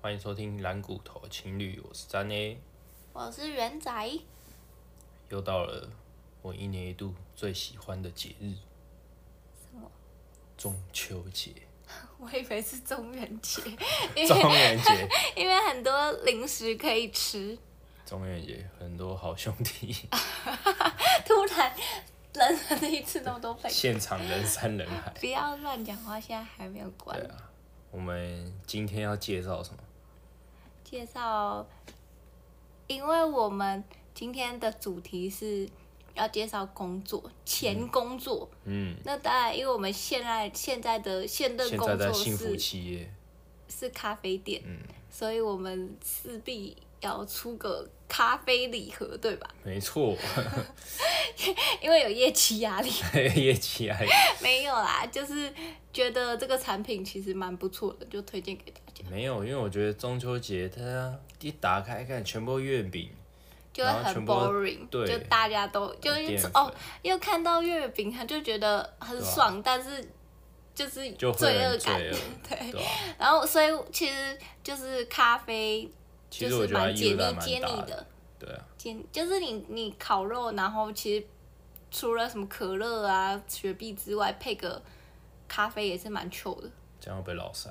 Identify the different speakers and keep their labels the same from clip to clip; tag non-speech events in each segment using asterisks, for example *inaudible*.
Speaker 1: 欢迎收听蓝骨头情侣，我是三 A。
Speaker 2: 我是元仔，
Speaker 1: 又到了我一年一度最喜欢的节日
Speaker 2: 什么？
Speaker 1: 中秋
Speaker 2: *laughs*
Speaker 1: 节、
Speaker 2: *laughs* 我以为是中元节，
Speaker 1: 中元节、
Speaker 2: *laughs* 因为很多零食可以吃。
Speaker 1: 中元节，很多好兄弟
Speaker 2: *laughs* 啊突然，人生第一次那么多朋友，
Speaker 1: 现场人山人海。
Speaker 2: *laughs* 不要乱讲话，现在还没有关
Speaker 1: 对。啊，我们今天要介绍什么？
Speaker 2: 介绍，因为我们今天的主题是要介绍工作，前工作。
Speaker 1: 嗯，
Speaker 2: 那当然，因为我们现在现在的现任
Speaker 1: 现
Speaker 2: 工
Speaker 1: 在在
Speaker 2: 作
Speaker 1: 幸福
Speaker 2: 是
Speaker 1: 企业，
Speaker 2: 是咖啡店，
Speaker 1: 嗯，
Speaker 2: 所以我们势必要出个咖啡礼盒，对吧？
Speaker 1: 没错，
Speaker 2: 因为有业绩压力。
Speaker 1: 业绩还
Speaker 2: 没有啦，就是觉得这个产品其实蛮不错的，就推荐给大家，
Speaker 1: 没有，因为我觉得中秋节它一打开看，全部都月饼，
Speaker 2: 就会
Speaker 1: 然后
Speaker 2: 很
Speaker 1: 全部都
Speaker 2: boring，
Speaker 1: 对
Speaker 2: 就大家都就
Speaker 1: 淀
Speaker 2: 是
Speaker 1: 粉
Speaker 2: 哦，又看到月饼，他就觉得很爽，但是就是
Speaker 1: 啊就会
Speaker 2: 罪恶
Speaker 1: 很
Speaker 2: 感，
Speaker 1: 罪。恶
Speaker 2: 对，
Speaker 1: 对啊。
Speaker 2: 然后所以其实就是咖啡
Speaker 1: 其
Speaker 2: 就
Speaker 1: 实我
Speaker 2: 是
Speaker 1: 觉得它
Speaker 2: 蛮
Speaker 1: 意
Speaker 2: 解
Speaker 1: 义
Speaker 2: 腻
Speaker 1: 还
Speaker 2: 解
Speaker 1: 蛮
Speaker 2: 腻
Speaker 1: 大的，
Speaker 2: 的，
Speaker 1: 对啊，
Speaker 2: 解就是你你烤肉，然后其实除了什么可乐啊、雪碧之外，配个咖啡也是蛮 chill 的。
Speaker 1: 这样会被老塞。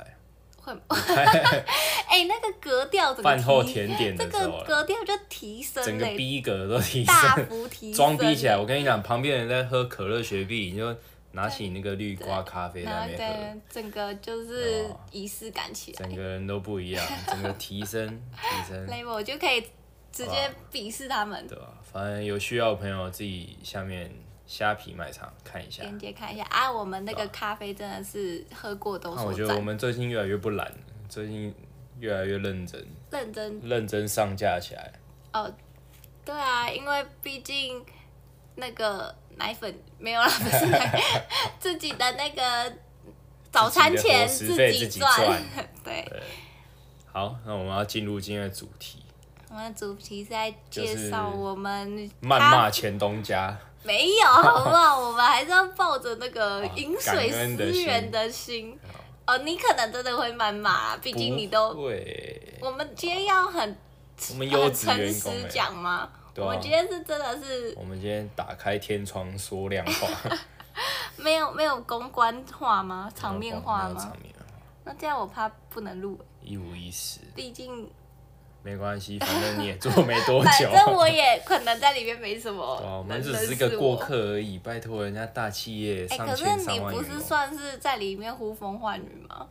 Speaker 2: 会，
Speaker 1: *laughs*
Speaker 2: *laughs* 哎、那个格调整个
Speaker 1: 饭后
Speaker 2: 提
Speaker 1: 甜点
Speaker 2: 这
Speaker 1: 的时
Speaker 2: 个
Speaker 1: 候啊，
Speaker 2: 格调就提升
Speaker 1: 整个
Speaker 2: 嘞、
Speaker 1: 逼格都提
Speaker 2: 大
Speaker 1: 升，
Speaker 2: 幅
Speaker 1: *laughs*
Speaker 2: 提升、
Speaker 1: 装逼起来。我跟你讲，旁边人在喝可乐雪碧，你就拿起那个绿瓜咖啡在
Speaker 2: 然
Speaker 1: 那
Speaker 2: 后
Speaker 1: 边喝，
Speaker 2: 对整个就是
Speaker 1: 哦
Speaker 2: 仪式感起来
Speaker 1: 整个人都不一
Speaker 2: *laughs*
Speaker 1: 样，整个提升提升，
Speaker 2: ，level 就可以直接
Speaker 1: 哇
Speaker 2: 鄙视他们。
Speaker 1: 对啊吧？反正有需要的朋友自己下面虾皮卖场看一下。
Speaker 2: 链接看一下啊，我们那个咖啡真的是喝过都
Speaker 1: 那我
Speaker 2: 说
Speaker 1: 觉得我
Speaker 2: 赞，
Speaker 1: 们最近越来越不懒了，最近越来越认真，
Speaker 2: 认真
Speaker 1: 认真上架起来。
Speaker 2: 哦。对啊，因为毕竟那个奶粉
Speaker 1: *laughs*
Speaker 2: 没有啦，不是奶自己的那个早餐钱
Speaker 1: 自己的伙食费自己
Speaker 2: 赚
Speaker 1: 赚。
Speaker 2: *laughs* 对，
Speaker 1: 好，那我们要进入今天的主题，
Speaker 2: 我们的主题是在介绍
Speaker 1: 就是
Speaker 2: 我们
Speaker 1: 谩骂前东家。
Speaker 2: 没
Speaker 1: *laughs*
Speaker 2: 有，好不好？我们还是要抱着那个饮水
Speaker 1: 感恩的
Speaker 2: 思
Speaker 1: 心
Speaker 2: 源的心。哦，你可能真的会谩骂，毕竟你
Speaker 1: 不
Speaker 2: 都……
Speaker 1: 会，
Speaker 2: 我们今天要很
Speaker 1: 我们优
Speaker 2: 很
Speaker 1: 质
Speaker 2: 诚
Speaker 1: 员工
Speaker 2: 实
Speaker 1: 哎、
Speaker 2: 讲吗？
Speaker 1: 对啊
Speaker 2: 我们今天是真的是
Speaker 1: 我们今天打开天窗说亮话，
Speaker 2: 没有没有公关话吗？ *laughs* 场面话
Speaker 1: 没有
Speaker 2: 吗
Speaker 1: 场？面话，
Speaker 2: 那这样我怕不能录，欸
Speaker 1: 一五一十，
Speaker 2: 毕
Speaker 1: *laughs*
Speaker 2: 竟
Speaker 1: 没关
Speaker 2: *laughs*
Speaker 1: 系，反正你也做没多
Speaker 2: 反
Speaker 1: 久。 *laughs*
Speaker 2: 正我也可能在里面没什
Speaker 1: 对啊，我
Speaker 2: 么
Speaker 1: 们
Speaker 2: 能
Speaker 1: 只
Speaker 2: 认识我。
Speaker 1: 是个过客而已，拜托人家大企业
Speaker 2: 哎、
Speaker 1: 上
Speaker 2: 可是
Speaker 1: 千上
Speaker 2: 你
Speaker 1: 万
Speaker 2: 不
Speaker 1: 员
Speaker 2: 是
Speaker 1: 工，
Speaker 2: 算是在里面呼风唤雨吗？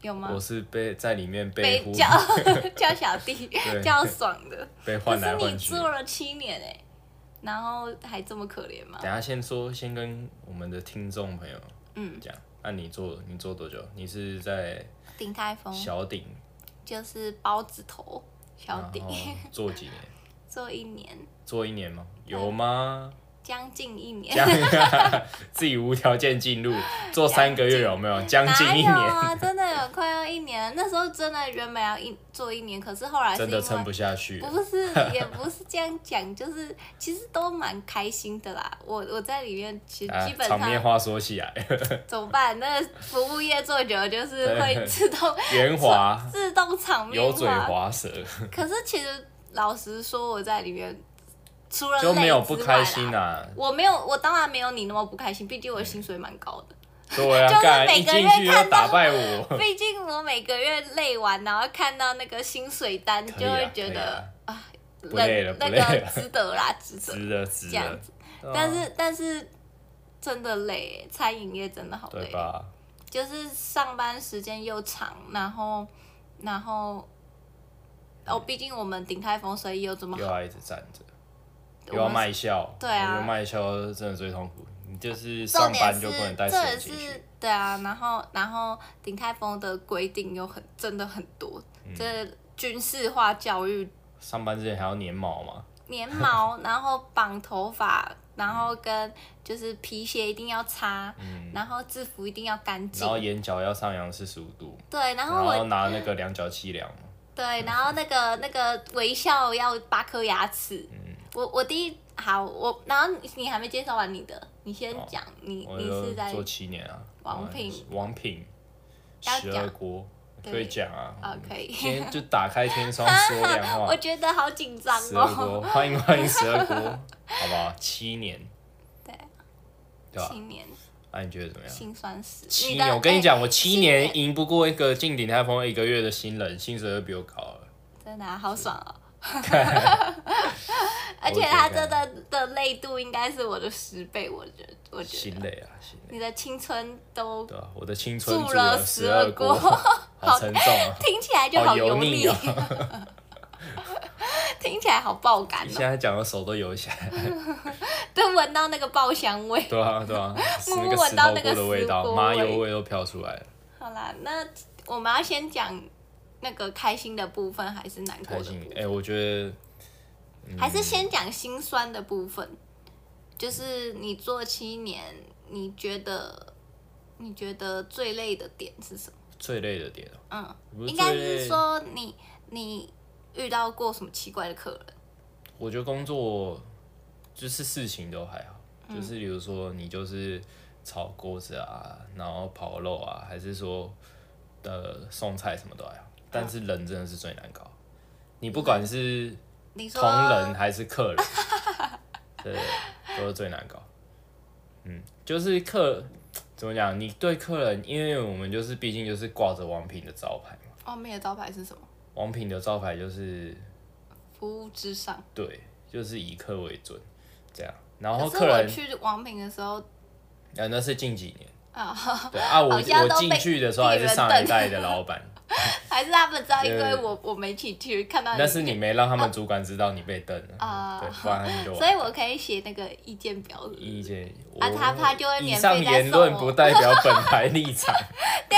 Speaker 2: 有吗？
Speaker 1: 我是被在里面被
Speaker 2: 被
Speaker 1: 呼
Speaker 2: 叫 *laughs* 叫小弟
Speaker 1: *laughs* 对
Speaker 2: 叫爽的，
Speaker 1: *laughs* 被
Speaker 2: 可
Speaker 1: *laughs* 换
Speaker 2: 是
Speaker 1: 来
Speaker 2: 你
Speaker 1: 换去。
Speaker 2: 做了七年哎、然后还这么可怜吗
Speaker 1: 等？一下先说，先跟我们的听众朋友
Speaker 2: 嗯，
Speaker 1: 讲，那、你做你做多久？你是在
Speaker 2: 顶泰丰
Speaker 1: 小鼎，
Speaker 2: 就是包子头小
Speaker 1: 然
Speaker 2: 弟
Speaker 1: 后做几年？
Speaker 2: *laughs* 做一年，
Speaker 1: 做一年
Speaker 2: *laughs*
Speaker 1: 吗？有吗？
Speaker 2: 将近一年，
Speaker 1: 将自己无条件进入，做三个月有没有？将近
Speaker 2: 哪
Speaker 1: 一
Speaker 2: 有
Speaker 1: 年，
Speaker 2: 啊？真的有快要一年了，那时候真的原本要一做一年，可是后来是
Speaker 1: 真
Speaker 2: 因
Speaker 1: 的撑
Speaker 2: 为。
Speaker 1: 不下去了。
Speaker 2: 不是，
Speaker 1: *laughs*
Speaker 2: 也不是这样讲，就是其实都蛮开心的啦。我我在里面其实
Speaker 1: 啊
Speaker 2: 基本，上、
Speaker 1: 场面话说起来，
Speaker 2: 怎么办？那个服务业做久了就是
Speaker 1: *laughs*
Speaker 2: 会自动
Speaker 1: 圆滑、
Speaker 2: 自动场面
Speaker 1: 油嘴滑舌，
Speaker 2: 可是其实老实说，我在里面除了
Speaker 1: 就没有
Speaker 2: 累之
Speaker 1: 不
Speaker 2: 外
Speaker 1: 开心
Speaker 2: 啦。
Speaker 1: 啊。
Speaker 2: 我没有，我当然没有你那么不开心，毕竟我薪水蛮高的。
Speaker 1: 对啊，
Speaker 2: 就是
Speaker 1: 干
Speaker 2: 每
Speaker 1: 一
Speaker 2: 个
Speaker 1: 进
Speaker 2: 月
Speaker 1: 去就
Speaker 2: 看到
Speaker 1: 打败我，
Speaker 2: *laughs* 毕竟我每个月累完，然后看到那个薪水单，
Speaker 1: 可以
Speaker 2: 就
Speaker 1: 啊
Speaker 2: 会觉得
Speaker 1: 不累了
Speaker 2: 人
Speaker 1: 不
Speaker 2: 那
Speaker 1: 累了
Speaker 2: 个值得啦，值
Speaker 1: 可 *laughs* 以啊
Speaker 2: 得。
Speaker 1: 值得值
Speaker 2: 这样
Speaker 1: 得
Speaker 2: 子。
Speaker 1: 对啊
Speaker 2: 但是但是真的累，餐饮业真的好
Speaker 1: 对
Speaker 2: 累。
Speaker 1: 吧？
Speaker 2: 就是上班时间又长，然后，然后，哦，毕竟我们顶泰丰，所以又这么
Speaker 1: 又
Speaker 2: 好，
Speaker 1: 要一直站着，又
Speaker 2: 我
Speaker 1: 要
Speaker 2: 们
Speaker 1: 卖笑，
Speaker 2: 对啊
Speaker 1: 我觉得卖笑真的最痛苦。你就是上
Speaker 2: 重点
Speaker 1: 班
Speaker 2: 是
Speaker 1: 就不能带
Speaker 2: 重
Speaker 1: 手
Speaker 2: 点
Speaker 1: 机
Speaker 2: 是
Speaker 1: 去，
Speaker 2: 对啊，然后然后顶泰丰的规定又很真的很多，
Speaker 1: 嗯
Speaker 2: 这、军事化教育
Speaker 1: 上班之前还要粘毛嘛？
Speaker 2: 粘
Speaker 1: *laughs*
Speaker 2: 毛，然后绑头发，然后跟就是皮鞋一定要擦，然后制服一定要干净
Speaker 1: 嗯然，后眼角要上扬四十五度，
Speaker 2: 对，然
Speaker 1: 然
Speaker 2: 哦后我
Speaker 1: 后拿那个量角器量嘛。
Speaker 2: 对，然后那个那个微笑要八颗牙齿。
Speaker 1: 嗯
Speaker 2: 我我第一好我，然后你你还没介绍完你的，你先讲、你
Speaker 1: 哦我
Speaker 2: 你
Speaker 1: 就是
Speaker 2: 在
Speaker 1: 做七年啊，
Speaker 2: 王品
Speaker 1: 嗯王品
Speaker 2: 要
Speaker 1: 十
Speaker 2: 讲
Speaker 1: 二锅可以讲
Speaker 2: *laughs*
Speaker 1: 啊。
Speaker 2: 啊，可以。
Speaker 1: 今天就打开天窗说亮
Speaker 2: 我
Speaker 1: 话，
Speaker 2: 觉得好紧张
Speaker 1: 十二
Speaker 2: 哦。
Speaker 1: 锅，欢迎欢迎十二锅，好不好？七年，
Speaker 2: *laughs* 对，
Speaker 1: 对吧？
Speaker 2: 青年
Speaker 1: 那、你觉得怎么样？
Speaker 2: 辛酸史。
Speaker 1: 啊七
Speaker 2: 你的
Speaker 1: 年，我跟你
Speaker 2: 哎
Speaker 1: 讲，我七
Speaker 2: 七
Speaker 1: 年
Speaker 2: 年
Speaker 1: 赢不过一个进顶泰丰一个月的新人，薪水都比我高了。
Speaker 2: 真的啊、好爽
Speaker 1: *laughs*
Speaker 2: 哦！而且他真的的累度应该是我的十倍，我觉得，我觉
Speaker 1: 心
Speaker 2: 得
Speaker 1: 累啊，心累。
Speaker 2: 你的青春都
Speaker 1: 对啊，我的青春
Speaker 2: 住
Speaker 1: 住
Speaker 2: 了
Speaker 1: 了
Speaker 2: 十
Speaker 1: 十
Speaker 2: 二
Speaker 1: 二锅，
Speaker 2: 锅
Speaker 1: 好沉重啊，
Speaker 2: *laughs* 听起 *laughs* 来就
Speaker 1: 好
Speaker 2: 油
Speaker 1: 腻啊！ *laughs*
Speaker 2: 听起来好爆感
Speaker 1: 现
Speaker 2: 哦，
Speaker 1: 在讲的手都油起来，
Speaker 2: 都闻到那个爆香味。
Speaker 1: 对啊对
Speaker 2: *laughs*
Speaker 1: 啊，是那
Speaker 2: 默默
Speaker 1: 个
Speaker 2: 闻
Speaker 1: 石
Speaker 2: 到
Speaker 1: 头锅
Speaker 2: 那个
Speaker 1: 的味
Speaker 2: 石
Speaker 1: 道，
Speaker 2: 锅
Speaker 1: 麻
Speaker 2: 味
Speaker 1: 油味都飘出来了，
Speaker 2: 好啦，那我们要先讲那个开心的部分还是难过
Speaker 1: 开
Speaker 2: 的部
Speaker 1: 心
Speaker 2: 分？。
Speaker 1: 哎、我觉得嗯
Speaker 2: 还是先讲心酸的部分，就是你做七年，你觉得你觉得最累的点是什么？
Speaker 1: 最累的点哦、
Speaker 2: 嗯，
Speaker 1: 不最
Speaker 2: 应该
Speaker 1: 累
Speaker 2: 是说你你遇到过什么奇怪的客人？
Speaker 1: 我觉得工作就是事情都还好，
Speaker 2: 嗯
Speaker 1: 就是比如说你就是炒锅子啊，然后跑肉啊，还是说呃送菜什么都还好，
Speaker 2: 嗯
Speaker 1: 但是人真的是最难搞。你不管是
Speaker 2: 你说
Speaker 1: 同仁还是客
Speaker 2: *laughs*
Speaker 1: 人，对，都是最难搞。嗯，就是客怎么讲？你对客人，因为我们就是毕竟就是挂着王品的招牌嘛，
Speaker 2: 哦，面的招牌是什么？
Speaker 1: 王品的招牌就是
Speaker 2: 服务至上。
Speaker 1: 对，就是以客为准，这样。然后客
Speaker 2: 可是我
Speaker 1: 人，
Speaker 2: 去王品的时候， *laughs*
Speaker 1: 呃，那是近几年。
Speaker 2: 啊、
Speaker 1: 对啊，我
Speaker 2: 好像
Speaker 1: 我
Speaker 2: 都被
Speaker 1: 进去的时候还是上一代的老
Speaker 2: *laughs*
Speaker 1: 板，
Speaker 2: 还是他们知道，因为
Speaker 1: 对
Speaker 2: 我我没起去看到
Speaker 1: 但是你没让他们主管知道你被瞪了，
Speaker 2: 哦啊
Speaker 1: 对，不然你就完
Speaker 2: 所以我可以写那个意见表。是不是
Speaker 1: 意见。
Speaker 2: 啊
Speaker 1: 我
Speaker 2: 他他就会
Speaker 1: 以
Speaker 2: 免费
Speaker 1: 上
Speaker 2: 再
Speaker 1: 言
Speaker 2: 送
Speaker 1: 论
Speaker 2: 我 *laughs*
Speaker 1: 不代表本台立场，
Speaker 2: 被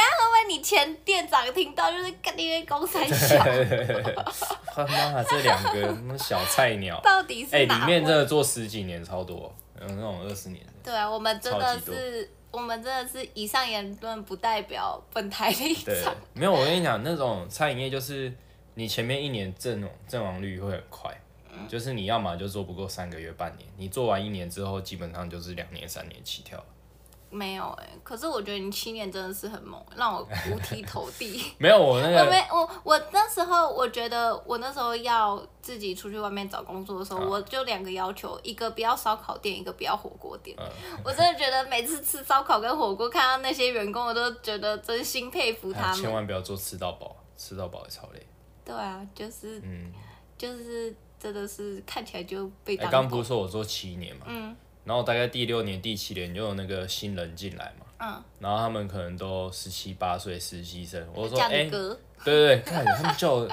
Speaker 2: 你前店长听到，就是跟因为公三 *laughs* 小，
Speaker 1: *laughs* 他妈这两个那么小菜鸟，
Speaker 2: 到底
Speaker 1: 哎，
Speaker 2: 是哪
Speaker 1: 里
Speaker 2: 位？
Speaker 1: 面真的做十几年超多，有那种二十年的，
Speaker 2: 对啊，我们真的
Speaker 1: 超级多
Speaker 2: 是，我们真的是以上言论不代表本台立
Speaker 1: 对
Speaker 2: 场。，
Speaker 1: 没有我跟你讲，那种餐饮业就是你前面一年阵容阵亡率会很快。
Speaker 2: 嗯
Speaker 1: 就是你要么就做不过三个月、半年，你做完一年之后，基本上就是两年、三年起跳。
Speaker 2: *laughs* 没有哎、可是我觉得你七年真的是很猛，让我五体投
Speaker 1: *laughs*
Speaker 2: 地。
Speaker 1: 没有我那
Speaker 2: 我
Speaker 1: 个
Speaker 2: 没我我那时候我觉得我那时候要自己出去外面找工作的时候，
Speaker 1: 啊
Speaker 2: 我就两个要求，一个不要烧烤店，一个不要火锅店。
Speaker 1: 嗯
Speaker 2: 我真的觉得每次吃烧烤跟火锅，看到那些员工，我都觉得真心佩服
Speaker 1: 哎
Speaker 2: 他
Speaker 1: 千
Speaker 2: 们。
Speaker 1: 万不要做吃到饱，吃到饱也超累。
Speaker 2: 对啊，就是
Speaker 1: 嗯，
Speaker 2: 就是真的是看起来就被
Speaker 1: 哎、
Speaker 2: 当
Speaker 1: 刚
Speaker 2: 狗
Speaker 1: 不是说我做七年嘛，
Speaker 2: 嗯
Speaker 1: 然后大概第六年、第七年就有那个新人进来嘛，
Speaker 2: 嗯，
Speaker 1: 然后他们可能都十七八岁实习生，我就说
Speaker 2: 酱
Speaker 1: 哎、
Speaker 2: 哥，
Speaker 1: 对对对，看他们叫我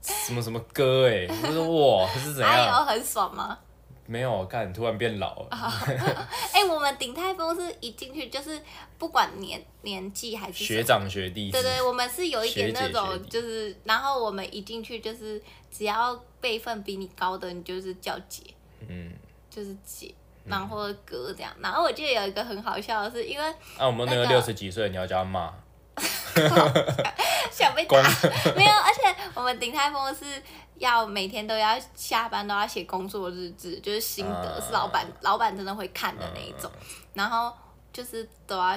Speaker 1: 什么什么哥哎、我就说哇是怎
Speaker 2: 哎
Speaker 1: 样？
Speaker 2: 呦很爽吗？
Speaker 1: 没有，看突然变老了，
Speaker 2: 哎、我们鼎泰丰是一进去就是不管年年纪还是什
Speaker 1: 学
Speaker 2: 么
Speaker 1: 长学弟制，
Speaker 2: 对对，我们是有一点
Speaker 1: 学姐
Speaker 2: 那
Speaker 1: 学
Speaker 2: 种
Speaker 1: 弟
Speaker 2: 就是，然后我们一进去就是只要辈分比你高的，你就是叫姐。
Speaker 1: 嗯，
Speaker 2: 就是姐，然后哥这样。然后我记得有一个很好笑的是，因为
Speaker 1: 那、啊我们那个
Speaker 2: 那个
Speaker 1: 六十几岁，你要叫他骂，
Speaker 2: 想被打， *laughs* 没有，而且我们鼎泰丰是要每天都要下班都要写工作日志，就是心得，
Speaker 1: 啊
Speaker 2: 是老板老板真的会看的那一种。然后就是都要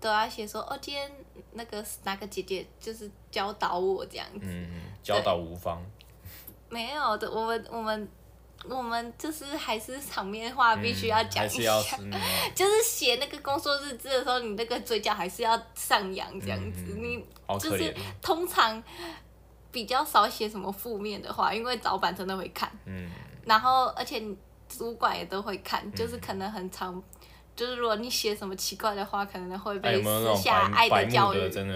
Speaker 2: 都要写说，哦，今天那个哪个姐姐就是教导我这样子。
Speaker 1: 嗯，教导无方，
Speaker 2: 没有的，我们我们。我们就是还是场面话必须要
Speaker 1: 嗯
Speaker 2: 讲
Speaker 1: 还
Speaker 2: 一
Speaker 1: 是
Speaker 2: 下，
Speaker 1: 要是那种
Speaker 2: 就是写那个工作日志的时候，你那个嘴角还是要上扬这样子。
Speaker 1: 嗯嗯嗯
Speaker 2: 你
Speaker 1: 好
Speaker 2: 就
Speaker 1: 可
Speaker 2: 是
Speaker 1: 怜，
Speaker 2: 通常比较少写什么负面的话，因为老板真的会看，
Speaker 1: 嗯。
Speaker 2: 然后而且主管也都会看，就是可能很常，就是如果你写什么奇怪的话，可能会
Speaker 1: 哎
Speaker 2: 被
Speaker 1: 有没有那
Speaker 2: 私
Speaker 1: 种
Speaker 2: 下爱
Speaker 1: 白白
Speaker 2: 的教
Speaker 1: 目
Speaker 2: 育
Speaker 1: 的？真的？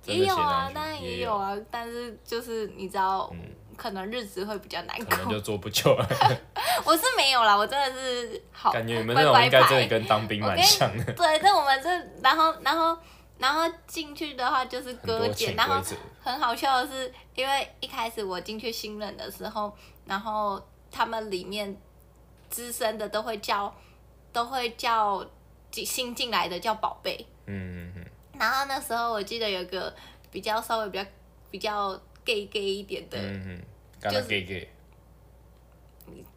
Speaker 1: 真
Speaker 2: 也
Speaker 1: 的写
Speaker 2: 有啊
Speaker 1: 上，去
Speaker 2: 当然也
Speaker 1: 也
Speaker 2: 有，啊，但是就是你知道，
Speaker 1: 嗯
Speaker 2: 可能日子会比较难
Speaker 1: 可能
Speaker 2: 过。
Speaker 1: 就做不久了。
Speaker 2: 我是没有啦，我真的是好
Speaker 1: 感觉你们那
Speaker 2: 乖
Speaker 1: 种
Speaker 2: 乖
Speaker 1: 应该真
Speaker 2: 牌
Speaker 1: 的跟当兵蛮像 *laughs* 的，
Speaker 2: 对，那我们这，然后，然后，然后进去的话就是
Speaker 1: 很
Speaker 2: 哥
Speaker 1: 多
Speaker 2: 姐，
Speaker 1: 潜
Speaker 2: 然后
Speaker 1: 规则。
Speaker 2: 很好笑的是，因为一开始我进去新人的时候，然后他们里面资深的都会叫，都会叫进新进来的叫宝贝，
Speaker 1: 嗯嗯嗯，
Speaker 2: 然后那时候我记得有个比较稍微比较比较 gay gay 一点的，
Speaker 1: 嗯嗯，刚
Speaker 2: 就
Speaker 1: 才
Speaker 2: 是
Speaker 1: gay gay，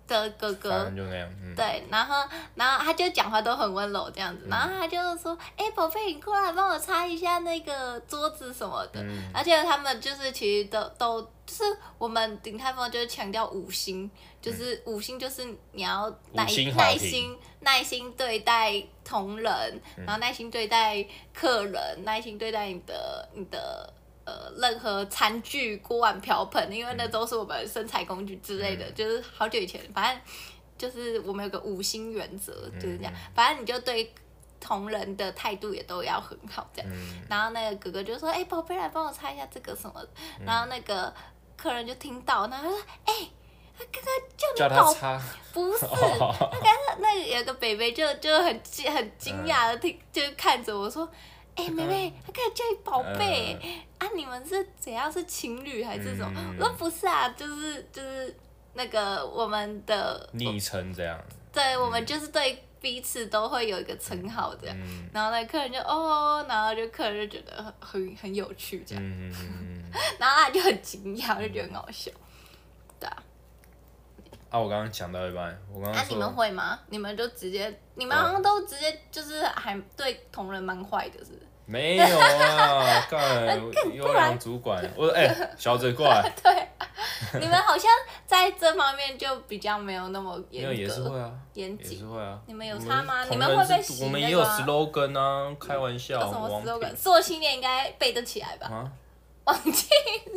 Speaker 2: 的哥
Speaker 1: 反
Speaker 2: 哥
Speaker 1: 正，就那样，嗯，
Speaker 2: 对，然后然后他就讲话都很温柔这样子，然后他就说：“哎、宝贝，你过来帮我擦一下那个桌子什么的。
Speaker 1: 嗯
Speaker 2: 而且他们就是其实都都就是我们鼎泰丰就是强调五星，就是五星就是你要
Speaker 1: 嗯
Speaker 2: 耐
Speaker 1: 五星好评
Speaker 2: 耐心耐心对待同仁，
Speaker 1: 嗯
Speaker 2: 然后耐心对待客人，耐心对待你的你的。呃，任何餐具、锅碗瓢盆，因为那都是我们生产工具之类的，
Speaker 1: 嗯
Speaker 2: 就是好久以前，反正就是我们有个五星原则，就是这样
Speaker 1: 嗯。
Speaker 2: 反正你就对同仁的态度也都要很好，这样。
Speaker 1: 嗯，
Speaker 2: 然后那个哥哥就说：“哎、宝贝，来帮我擦一下这个什么的。”然后那个客人就听到，然后他说：“哎、他刚刚
Speaker 1: 叫
Speaker 2: 叫你
Speaker 1: 他
Speaker 2: 宝
Speaker 1: 擦，哦
Speaker 2: 不是，那个那个有个北北就就很惊很惊讶的听，就看着我说：“哎、妹妹，
Speaker 1: 嗯
Speaker 2: 他刚才叫你宝贝、啊，你们是怎样是情侣还是什么？”
Speaker 1: 嗯
Speaker 2: 我说：“不是啊，就是就是那个我们的，
Speaker 1: 昵称这样，
Speaker 2: 对我们就是对彼此都会有一个称号这样。
Speaker 1: 嗯
Speaker 2: 然后那客人就哦，然后就客人就觉得很很很有趣这样，
Speaker 1: 嗯嗯嗯嗯。
Speaker 2: 然后他就很惊讶，就觉
Speaker 1: 嗯
Speaker 2: 得很好笑。对啊，
Speaker 1: 啊，我刚刚讲到一半，我刚
Speaker 2: 那、
Speaker 1: 刚
Speaker 2: 啊你们
Speaker 1: 说，哦
Speaker 2: 会吗？你们就直接，你们好像都直接就是还对同仁蛮坏的，是不是？
Speaker 1: 没有啊，干，
Speaker 2: 嗯
Speaker 1: 优良主管，我哎，小嘴过
Speaker 2: *laughs*
Speaker 1: 来，
Speaker 2: *laughs* 对啊、你们好像在这方面就比较没有那么
Speaker 1: 没有也
Speaker 2: 严
Speaker 1: 是
Speaker 2: 格、
Speaker 1: 会啊，
Speaker 2: 严
Speaker 1: 也是
Speaker 2: 谨。
Speaker 1: 会啊。
Speaker 2: 你们有差吗
Speaker 1: 我
Speaker 2: 你们会不会洗
Speaker 1: 我们
Speaker 2: 那
Speaker 1: 也
Speaker 2: 个
Speaker 1: 有
Speaker 2: 啊
Speaker 1: slogan 啊，开玩笑，
Speaker 2: 有什么
Speaker 1: 王
Speaker 2: slogan？
Speaker 1: 品
Speaker 2: 做青年应该背得起来吧？
Speaker 1: 啊，
Speaker 2: 忘记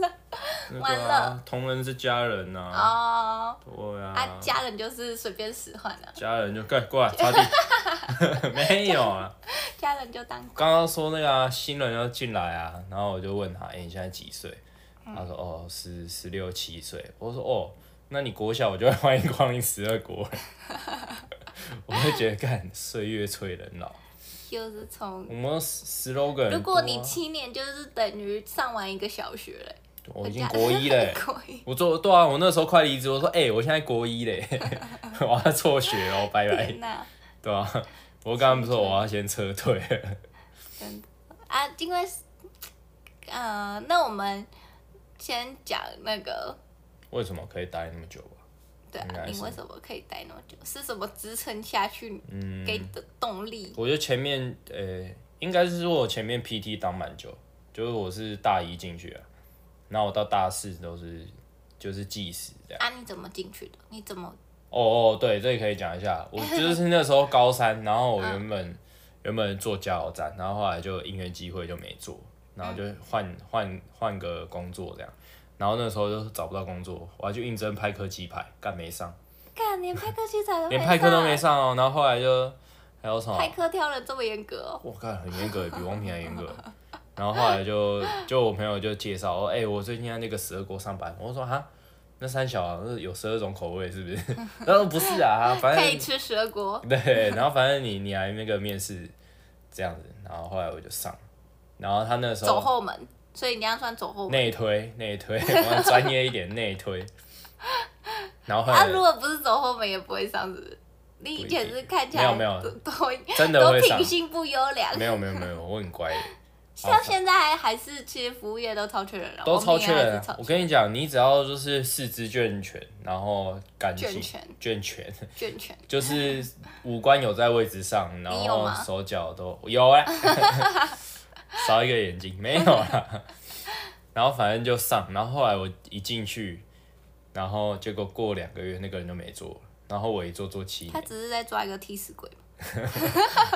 Speaker 1: 那
Speaker 2: 完
Speaker 1: 个
Speaker 2: 了
Speaker 1: 啊，同人是家人呐，
Speaker 2: 哦，
Speaker 1: 对
Speaker 2: 啊，
Speaker 1: 啊，
Speaker 2: 家人就是随便使唤啊，
Speaker 1: 家人就干过来擦地， *laughs* 没有啊。
Speaker 2: 家人就当
Speaker 1: 刚刚说那个啊、新人要进来啊，然后我就问他，哎、你现在几岁？
Speaker 2: 嗯
Speaker 1: 他说哦，十十六七岁。我说哦，那你国小我就会欢迎光临十二
Speaker 2: *laughs*
Speaker 1: 国了。我会觉得干岁月催人老，
Speaker 2: 就是从
Speaker 1: 我们 slogan 很多啊、
Speaker 2: 如果你七年就是等于上完一个小学嘞、
Speaker 1: 我已经国一嘞、
Speaker 2: *laughs* 国一，
Speaker 1: 我做对啊，我那时候快离职，我说哎、我现在国一嘞、 *laughs* 我要辍学哦，拜拜
Speaker 2: 天，哪，
Speaker 1: 对 *laughs* 啊？我刚刚不是说我要先撤退了，
Speaker 2: 真的啊！因为是，呃，那我们先讲那个，
Speaker 1: *laughs* 为什么可以待那么久吧？
Speaker 2: 对、
Speaker 1: 应
Speaker 2: 啊，
Speaker 1: 该是
Speaker 2: 你为什么可以待那么久？是什么支撑下去
Speaker 1: 嗯，
Speaker 2: 给你的动力？
Speaker 1: 我觉得前面呃、应该是说我前面 PT 当蛮久，就是我是大一进去啊，然后我到大四都是就是计时这样。
Speaker 2: 啊，你怎么进去的？你怎么？
Speaker 1: 哦哦，对，这里可以讲一下，我就是那时候高三，然后我原本、原本做加油站，然后后来就因缘机会就没做，然后就换换换个工作这样。然后那时候就找不到工作，我还去应征派科鸡排，干没上，
Speaker 2: 干，连派克器材都
Speaker 1: 连派科都没
Speaker 2: 上，
Speaker 1: 上哦。然后后来就还有什么？
Speaker 2: 派克挑人这么严格哦。
Speaker 1: 我靠，很严格，比王平还严格。然后后来就就我朋友就介绍，哦，哎、我最近在那个十二锅上班。我说哈，那三小啊，那有十二种口味是不是？ *laughs* 他说不是啊，反
Speaker 2: 可以
Speaker 1: 正
Speaker 2: 吃蛇锅，
Speaker 1: 对，然后反正你你来那个面试这样子，然后后来我就上，然后他那时
Speaker 2: 走
Speaker 1: 候
Speaker 2: 后门，所以你这样算走后门。
Speaker 1: 内推内推，我们专业一点内推。然后后
Speaker 2: 啊，
Speaker 1: 来
Speaker 2: 如果不是走后门，也不会上，是不是？你以前是看起来
Speaker 1: 没有没有
Speaker 2: 都都
Speaker 1: 真的
Speaker 2: 都
Speaker 1: 会上
Speaker 2: 品，性不优良，
Speaker 1: 没有没有没有，我很乖的。
Speaker 2: 像现在还还是其实服务业都超缺人了，
Speaker 1: 都超
Speaker 2: 我们
Speaker 1: 缺
Speaker 2: 也哦还
Speaker 1: 人
Speaker 2: 是超
Speaker 1: 啊。我跟你讲，你只要就是四肢健全，然后感情
Speaker 2: 健
Speaker 1: *laughs*
Speaker 2: 全
Speaker 1: 健全，
Speaker 2: 卷全。
Speaker 1: 就是五官有在位置上，然
Speaker 2: 你有
Speaker 1: 后
Speaker 2: 吗
Speaker 1: 手脚都有啊， *laughs* 少一个眼睛没有啦。然后反正就上，然后后来我一进去，然后结果过两个月那个人就没做了，然后我一做做七
Speaker 2: 他
Speaker 1: 年，
Speaker 2: 只是在抓一个替死鬼嘛，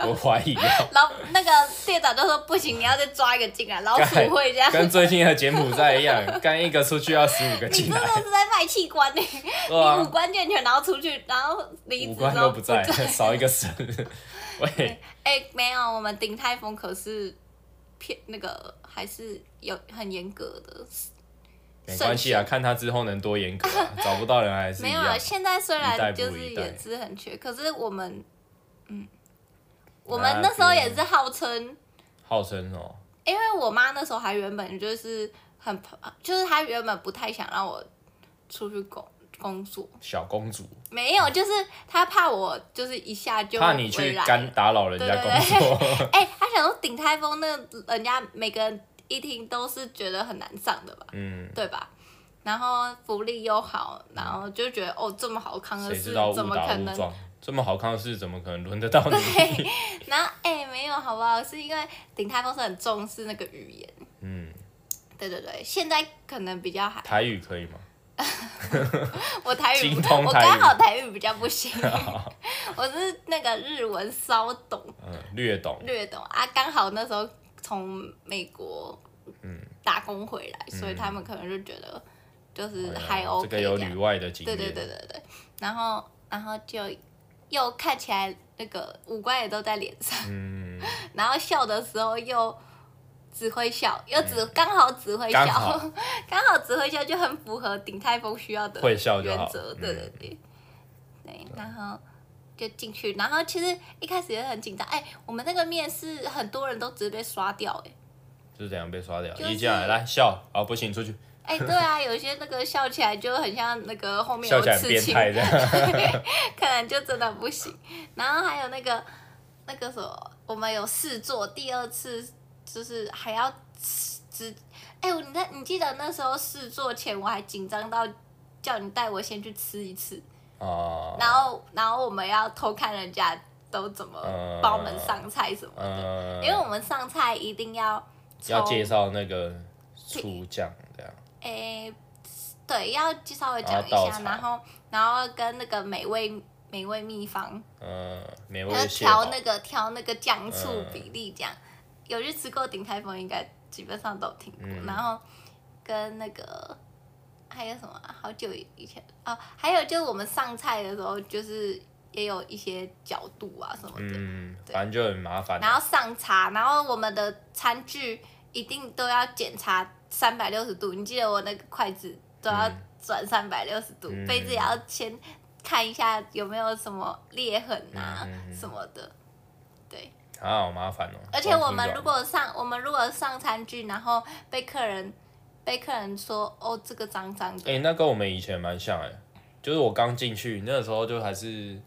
Speaker 1: 我怀疑啊
Speaker 2: 老那个店长就说不行，你要再抓一个进来，老鼠会这样。
Speaker 1: 跟最近的柬埔寨一样，干一个出去要十五个
Speaker 2: *laughs* 你真
Speaker 1: 进
Speaker 2: 的
Speaker 1: 来，
Speaker 2: 是在卖器官呢、欸
Speaker 1: 对啊
Speaker 2: 你五官健全，然后出去，然后离
Speaker 1: 五
Speaker 2: 职
Speaker 1: 官
Speaker 2: 之
Speaker 1: 都
Speaker 2: 后
Speaker 1: 不
Speaker 2: *laughs*
Speaker 1: 在， *laughs* 少一个神。喂，
Speaker 2: 哎、没有，我们鼎泰丰可是骗那个还是有很严格的。
Speaker 1: 没关系啊，看他之后能多严格、
Speaker 2: *laughs*
Speaker 1: 啊，找不到人还是一
Speaker 2: 没有啊，
Speaker 1: 样。
Speaker 2: 现在虽
Speaker 1: 一代
Speaker 2: 然
Speaker 1: 不
Speaker 2: 就
Speaker 1: 如
Speaker 2: 是
Speaker 1: 一代
Speaker 2: 也是很缺，可是我们嗯，我
Speaker 1: 那
Speaker 2: 们那时候
Speaker 1: 就
Speaker 2: 也是号称。
Speaker 1: 号称哦，
Speaker 2: 因为我妈那时候还原本就是很，就是她原本不太想让我出去工工作，
Speaker 1: 小公主，
Speaker 2: 没有，就是她怕我就是一下就
Speaker 1: 嗯怕你去
Speaker 2: 回来
Speaker 1: 干打扰人家工
Speaker 2: *laughs*
Speaker 1: 作，
Speaker 2: 哎、她想说顶台风那人家每个人一听都是觉得很难上的吧，
Speaker 1: 嗯，
Speaker 2: 对吧？然后福利又好，然后就觉得哦这么好康的
Speaker 1: 谁
Speaker 2: 事
Speaker 1: 知道误
Speaker 2: 怎么
Speaker 1: 打
Speaker 2: 可
Speaker 1: 误
Speaker 2: 能？
Speaker 1: 撞，这么好看的事怎么可能轮得到你？
Speaker 2: 然后哎、没有好不好？是因为鼎泰丰是很重视那个语言，
Speaker 1: 嗯，
Speaker 2: 对对对，现在可能比较还
Speaker 1: *laughs* 台语可
Speaker 2: *laughs*
Speaker 1: 以吗？
Speaker 2: 我台语
Speaker 1: 精
Speaker 2: 不，
Speaker 1: 通
Speaker 2: 我
Speaker 1: 台语
Speaker 2: 刚好台语比较不
Speaker 1: *laughs*
Speaker 2: 行，我是那个日文稍懂
Speaker 1: 嗯，略懂。
Speaker 2: 略懂啊，刚好那时候从美国
Speaker 1: 嗯
Speaker 2: 打工回来，所以
Speaker 1: 嗯
Speaker 2: 他们可能就觉得就是
Speaker 1: 哎呀
Speaker 2: 还 OK
Speaker 1: 这个有
Speaker 2: 这样
Speaker 1: 旅外的经
Speaker 2: 对
Speaker 1: 验。
Speaker 2: 对对对对，然后然后就又看起来那个五官也都在脸上，
Speaker 1: 嗯，
Speaker 2: 然后笑的时候又只会笑，又只刚、好只会笑，
Speaker 1: 嗯刚
Speaker 2: *laughs* 刚
Speaker 1: 好
Speaker 2: 好只会笑就很符合鼎泰丰需要的
Speaker 1: 会笑就
Speaker 2: 原
Speaker 1: 好
Speaker 2: 则，
Speaker 1: 嗯
Speaker 2: 对对对，对，然后。就进去，然后其实一开始也很紧张。哎、我们那个面试很多人都直接被刷掉、哎，
Speaker 1: 就是怎样被刷掉？
Speaker 2: 就是
Speaker 1: 一进来来笑，啊不行，出去
Speaker 2: 哎，
Speaker 1: *laughs*
Speaker 2: 对啊，有些那个笑起来就很像那个后面
Speaker 1: 笑
Speaker 2: 有
Speaker 1: 起来很
Speaker 2: 刺
Speaker 1: 变
Speaker 2: 青，
Speaker 1: 态这
Speaker 2: *laughs*
Speaker 1: 样。
Speaker 2: 可能就真的不行。然后还有那个那个什么，我们有试做，第二次就是还要只哎、我你在你记得那时候试做前我还紧张到叫你带我先去吃一次，
Speaker 1: 哦，
Speaker 2: 然后然后我们要偷看人家都怎么
Speaker 1: 嗯
Speaker 2: 帮我们上菜什么的，
Speaker 1: 嗯，
Speaker 2: 因为我们上菜一定要
Speaker 1: 要
Speaker 2: 从
Speaker 1: 介绍那个醋酱这样。
Speaker 2: 诶、哎对，要稍微讲
Speaker 1: 啊然后
Speaker 2: 一
Speaker 1: 倒
Speaker 2: 下，
Speaker 1: 茶
Speaker 2: 然后然后跟那个美味美味秘方，
Speaker 1: 嗯，美味
Speaker 2: 要
Speaker 1: 蟹堡
Speaker 2: 调那个调那个酱醋
Speaker 1: 嗯
Speaker 2: 比例这样。有去吃过鼎泰丰，应该基本上都有听过。
Speaker 1: 嗯
Speaker 2: 然后跟那个还有什么啊、好久以前哦，还有就是我们上菜的时候，就是也有一些角度啊什么的。
Speaker 1: 嗯，
Speaker 2: 对
Speaker 1: 反正就很麻烦。
Speaker 2: 然后上茶，然后我们的餐具一定都要检查三百六十度。你记得我那个筷子都要
Speaker 1: 嗯
Speaker 2: 转三百六十度，
Speaker 1: 嗯
Speaker 2: 杯子也要先看一下有没有什么裂痕啊、
Speaker 1: 嗯嗯嗯
Speaker 2: 什么的。对，
Speaker 1: 啊，好麻烦哦。
Speaker 2: 而且我
Speaker 1: 光听
Speaker 2: 们
Speaker 1: 就
Speaker 2: 如果上我们如果上餐具，然后被客人被客人说哦这个脏脏的，
Speaker 1: 哎、那跟我们以前蛮像哎、就是我刚进去那时候就还是，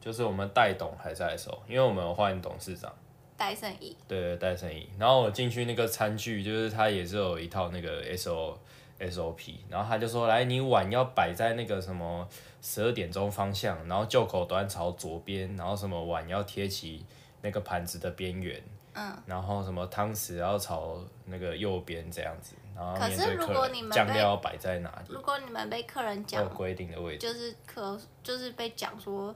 Speaker 1: 就是我们戴董还在的时候，因为我们有换董事长，
Speaker 2: 戴胜仪
Speaker 1: 对，戴胜义。然后我进去那个餐具，就是他也是有一套那个 S O S O P，然后他就说，来，你碗要摆在那个什么十二点钟方向，然后袖口端朝左边，然后什么碗要贴齐那个盘子的边缘，
Speaker 2: 嗯，
Speaker 1: 然后什么汤匙要朝那个右边这样子，然后
Speaker 2: 可
Speaker 1: 面
Speaker 2: 是
Speaker 1: 对
Speaker 2: 如
Speaker 1: 客
Speaker 2: 果
Speaker 1: 人
Speaker 2: 你们
Speaker 1: 酱
Speaker 2: 被
Speaker 1: 料要摆在哪里
Speaker 2: 如，果你们被客人
Speaker 1: 都有
Speaker 2: 讲，
Speaker 1: 规定的位置。
Speaker 2: 就是可就是被讲说，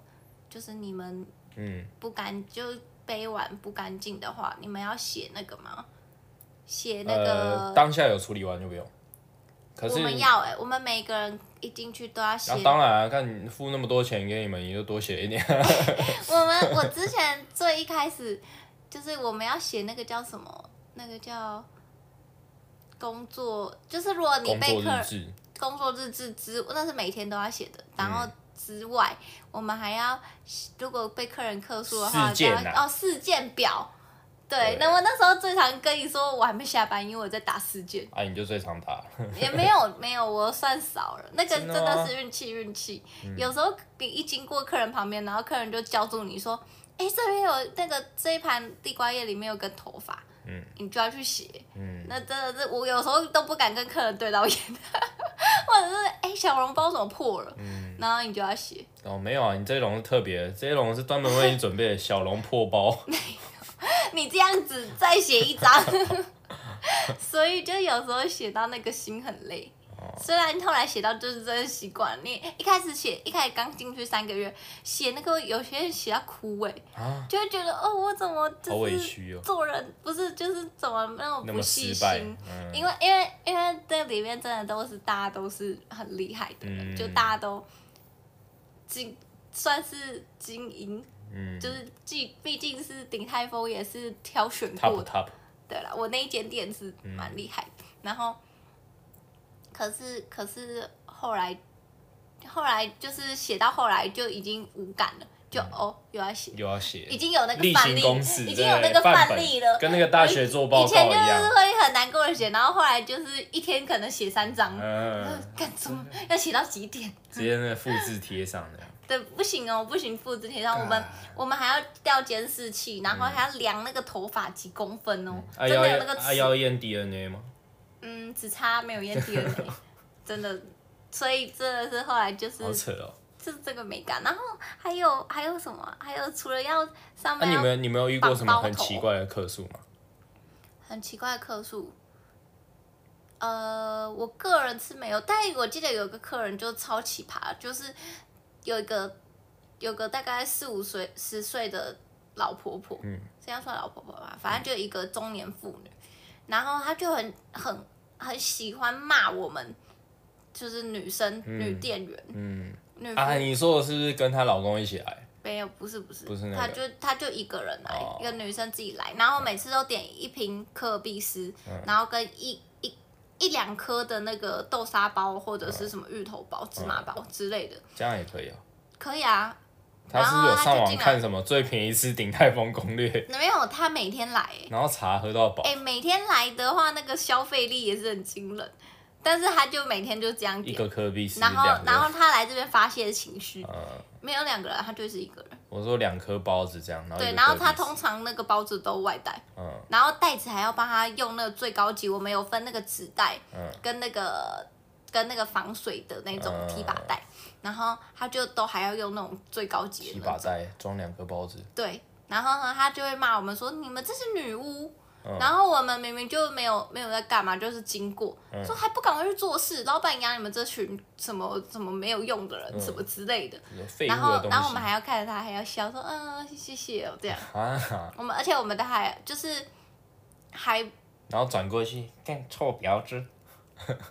Speaker 2: 就是你们
Speaker 1: 嗯，
Speaker 2: 不干就杯碗不干净的话，你们要写那个吗？写那
Speaker 1: 呃，
Speaker 2: 个、
Speaker 1: 当下有处理完就不用。可
Speaker 2: 我
Speaker 1: 是，
Speaker 2: 们要哎、我们每个人一进去都要写。
Speaker 1: 然后当然啊，看你付那么多钱给你们，你就多写一点。
Speaker 2: 我们我之前最一开始就是我们要写那个叫什么？那个叫工作，就是如果你
Speaker 1: 工作
Speaker 2: 被客
Speaker 1: 日
Speaker 2: 人
Speaker 1: 志，
Speaker 2: 工作日志之，那是每天都要写的。
Speaker 1: 嗯
Speaker 2: 然后之外，我们还要如果被客人客诉的话，
Speaker 1: 事件啊
Speaker 2: 就要哦事件表。对
Speaker 1: 对，
Speaker 2: 那我那时候最常跟你说我还没下班，因为我在打事件，
Speaker 1: 啊，你就最常打。
Speaker 2: 也没有没有，我算少了，那个
Speaker 1: 真
Speaker 2: 真
Speaker 1: 的吗嗯
Speaker 2: 的是运气运气。有时候你一经过客人旁边，然后客人就叫住你说：“哎、这边有那个这一盘地瓜叶里面有根头发。”
Speaker 1: 嗯，
Speaker 2: 你就要去写。
Speaker 1: 嗯，
Speaker 2: 那真的是我有时候都不敢跟客人对到眼， *laughs* 或者是哎、诶小笼包怎么破了，
Speaker 1: 嗯
Speaker 2: 然后你就要写，
Speaker 1: 哦，没有啊，你这一笼是特别，这一笼是专门为你准备的小笼破包。
Speaker 2: *laughs* 你这样子再写一张， *laughs* 所以就有时候写到那个心很累。虽然后来写到就是真的习惯，你一开始写一开始刚进去三个月写那个有些人写到哭哎、
Speaker 1: 啊
Speaker 2: 就会觉得哦我怎么
Speaker 1: 好
Speaker 2: 就
Speaker 1: 委
Speaker 2: 是
Speaker 1: 屈哦
Speaker 2: 做人不是就是怎么那么
Speaker 1: 那
Speaker 2: 不
Speaker 1: 么
Speaker 2: 细
Speaker 1: 失败
Speaker 2: 心，，
Speaker 1: 嗯，
Speaker 2: 因为因为因为这里面真的都是大家都是很厉害的人，
Speaker 1: 嗯
Speaker 2: 就大家都精算是精英，
Speaker 1: 嗯
Speaker 2: 就是既毕竟是鼎泰丰也是挑选
Speaker 1: ，top
Speaker 2: 过的，
Speaker 1: top，
Speaker 2: 对了，我那一间店是蛮厉害的，然后可是可是后来后来就是写到后来就已经无感了，就、哦又要写，
Speaker 1: 又要写
Speaker 2: 已经有那
Speaker 1: 嗯
Speaker 2: 个
Speaker 1: 例
Speaker 2: 范
Speaker 1: 行
Speaker 2: 例，
Speaker 1: 公事，
Speaker 2: 已经有那
Speaker 1: 对
Speaker 2: 个
Speaker 1: 范
Speaker 2: 范
Speaker 1: 本
Speaker 2: 例了。
Speaker 1: 跟那个大学做报
Speaker 2: 以前
Speaker 1: 告
Speaker 2: 就
Speaker 1: 一样
Speaker 2: 是。会很难过的写，然后后来就是一天可能写三张，
Speaker 1: 嗯，
Speaker 2: 干什么要写到几点？
Speaker 1: 直接那个复制贴上的。
Speaker 2: 对，不行哦，不行，复制贴上，我们我们还要调监视器，然后还要量那个头发几公分哦，
Speaker 1: 啊
Speaker 2: 真
Speaker 1: 要
Speaker 2: 的有那个
Speaker 1: 啊
Speaker 2: 尺，
Speaker 1: 要验 DNA 吗？ *laughs*
Speaker 2: 嗯，只差没有验 DNA，真的所以真的是后来就是
Speaker 1: 好扯哦。
Speaker 2: 就是这个美感。然后还有还有什么啊？还有除了要上
Speaker 1: 那、啊
Speaker 2: 面
Speaker 1: 你
Speaker 2: 要
Speaker 1: 们你们有遇过什么
Speaker 2: 绑
Speaker 1: 很
Speaker 2: 刀头
Speaker 1: 奇怪的客诉吗？
Speaker 2: 很奇怪的客诉，呃，我个人是没有，但我记得有个客人就超奇葩，就是有一个有个大概四五岁十岁的老婆婆，
Speaker 1: 嗯，
Speaker 2: 这样算老婆婆吧，反正就一个中年妇女，然后她就很很很喜欢骂我们，就是女生、
Speaker 1: 嗯
Speaker 2: 女店员、
Speaker 1: 嗯
Speaker 2: 女服务
Speaker 1: 啊，你说的是不是跟她老公一起来？
Speaker 2: 没有，不是不是，
Speaker 1: 不是那个
Speaker 2: 她就她就一个人来，
Speaker 1: 哦
Speaker 2: 一个女生自己来，然后每次都点一瓶可比斯，
Speaker 1: 嗯
Speaker 2: 然后跟一一一两颗的那个豆沙包或者是什么芋头包、芝麻包
Speaker 1: 嗯
Speaker 2: 之类的，
Speaker 1: 这样也可以哦。
Speaker 2: 可以啊。
Speaker 1: 她是不是有上
Speaker 2: 然后她就
Speaker 1: 网
Speaker 2: 进来
Speaker 1: 看什么最便宜吃鼎泰丰攻略，
Speaker 2: 没有，她每天来、欸，
Speaker 1: 然后茶喝到饱
Speaker 2: 哎、，每天来的话，那个消费力也是很惊人，但是她就每天就这样
Speaker 1: 一
Speaker 2: 点，
Speaker 1: 个科比斯
Speaker 2: 然后
Speaker 1: 两
Speaker 2: 然后
Speaker 1: 个，
Speaker 2: 她来这边发泄情绪，
Speaker 1: 嗯，
Speaker 2: 没有两个人，她就是一个人。
Speaker 1: 我说两颗包子这样，哦然后一
Speaker 2: 对，
Speaker 1: 个
Speaker 2: 然后
Speaker 1: 科
Speaker 2: 她
Speaker 1: 比斯
Speaker 2: 通常那个包子都外带。
Speaker 1: 嗯
Speaker 2: 然后袋子还要帮他用那个最高级，我们有分那个纸袋
Speaker 1: 嗯
Speaker 2: 跟那个跟那个防水的那种提把袋，然后他就都还要用那种最高级
Speaker 1: 嗯提
Speaker 2: 的
Speaker 1: 把
Speaker 2: 那种，
Speaker 1: 袋装两颗包子，
Speaker 2: 对。然后呢，他就会骂我们说你们这是女巫，
Speaker 1: 嗯
Speaker 2: 然后我们明明就没有没有在干嘛，就是经过，
Speaker 1: 嗯
Speaker 2: 说还不赶快去做事，老板养你们这群什么什么没有用的人，什么之类的。
Speaker 1: 有嗯废物
Speaker 2: 然
Speaker 1: 的
Speaker 2: 后
Speaker 1: 东
Speaker 2: 然后我们
Speaker 1: 西
Speaker 2: 还要看着他，还要笑说嗯谢谢哦这样。
Speaker 1: 啊，
Speaker 2: 我们而且我们的还就是还
Speaker 1: 然后转过去干臭婊子，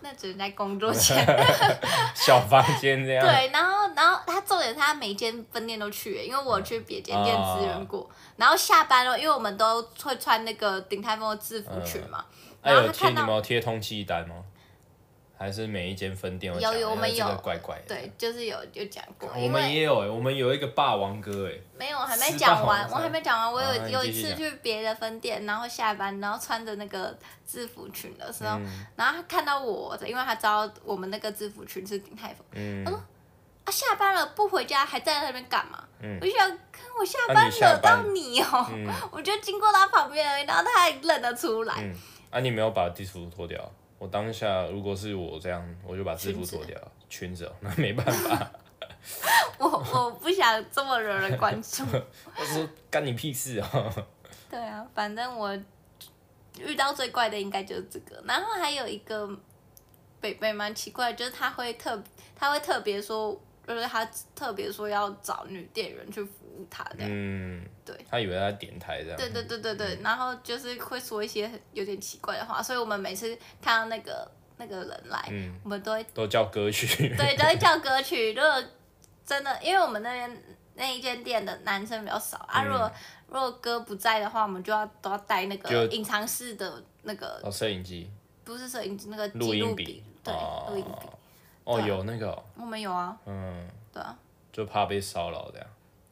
Speaker 2: 那只是在
Speaker 1: *laughs*
Speaker 2: 工作前。
Speaker 1: 小房间这样，
Speaker 2: 对，然后然后他重点是他每间分店都去耶，因为我去别间店支援
Speaker 1: 哦
Speaker 2: 过。然后下班了，因为我们都会穿那个鼎泰丰的制服裙嘛，
Speaker 1: 哎，
Speaker 2: 然后
Speaker 1: 有
Speaker 2: 他
Speaker 1: 贴
Speaker 2: 看
Speaker 1: 你们
Speaker 2: 到。
Speaker 1: 有贴通气单吗？还是每一间分店会
Speaker 2: 有
Speaker 1: 讲
Speaker 2: 有我
Speaker 1: 哎
Speaker 2: 们
Speaker 1: 这个
Speaker 2: 有
Speaker 1: 怪怪的。
Speaker 2: 对，就是有有讲过，
Speaker 1: 我
Speaker 2: 因
Speaker 1: 们
Speaker 2: 为
Speaker 1: 也有哎、我们有一个霸王哥哎、
Speaker 2: 没有我还没
Speaker 1: 私霸
Speaker 2: 讲
Speaker 1: 王
Speaker 2: 完，
Speaker 1: 才
Speaker 2: 我还没讲完。我
Speaker 1: 啊
Speaker 2: 有
Speaker 1: 你
Speaker 2: 有
Speaker 1: 继
Speaker 2: 一
Speaker 1: 续
Speaker 2: 次
Speaker 1: 讲
Speaker 2: 去别的分店，然后下班，然后穿着那个制服裙的时候，
Speaker 1: 嗯
Speaker 2: 然后他看到我，因为他知道我们那个制服裙是鼎泰丰，
Speaker 1: 嗯，
Speaker 2: 啊，下班了不回家还站在那边干嘛？
Speaker 1: 嗯
Speaker 2: 我就想，看我下
Speaker 1: 啊
Speaker 2: 班
Speaker 1: 你下
Speaker 2: 惹到
Speaker 1: 班
Speaker 2: 你哦、
Speaker 1: 嗯
Speaker 2: *laughs* 我就经过他旁边而已，然后他还认得出来。
Speaker 1: 嗯啊，你没有把制服脱掉。啊我当下如果是我这样，我就把制服
Speaker 2: 裙子
Speaker 1: 脱掉，裙子哦，那没办法。 *laughs*
Speaker 2: 我我不想这么惹人关注。
Speaker 1: 我说干你屁事哦。
Speaker 2: 对啊，反正我遇到最怪的应该就是这个。然后还有一个北北蛮奇怪的，就是他会特他会特别说，就是他特别说要找女店员去服务他这样。
Speaker 1: 嗯，
Speaker 2: 对，
Speaker 1: 他以为他在点台这样。
Speaker 2: 对对对对对，然后就是会说一些很有点奇怪的话，所以我们每次看到那个那个人来，
Speaker 1: 嗯，
Speaker 2: 我们都会
Speaker 1: 都叫歌曲。
Speaker 2: 对，都会叫歌曲。如果真的，因为我们那边那一间店的男生比较少啊，
Speaker 1: 嗯
Speaker 2: 如果如果哥不在的话，我们就要都要带那
Speaker 1: 就
Speaker 2: 个隐藏式的那
Speaker 1: *laughs*
Speaker 2: 个，
Speaker 1: 哦，摄影机、
Speaker 2: 不是摄影机那个
Speaker 1: 录
Speaker 2: 记录
Speaker 1: 音
Speaker 2: 笔，对，录音笔
Speaker 1: 哦，。哦，
Speaker 2: 对啊
Speaker 1: 有那个、哦，
Speaker 2: 我们有啊，
Speaker 1: 嗯，
Speaker 2: 对啊，
Speaker 1: 就怕被骚扰这样。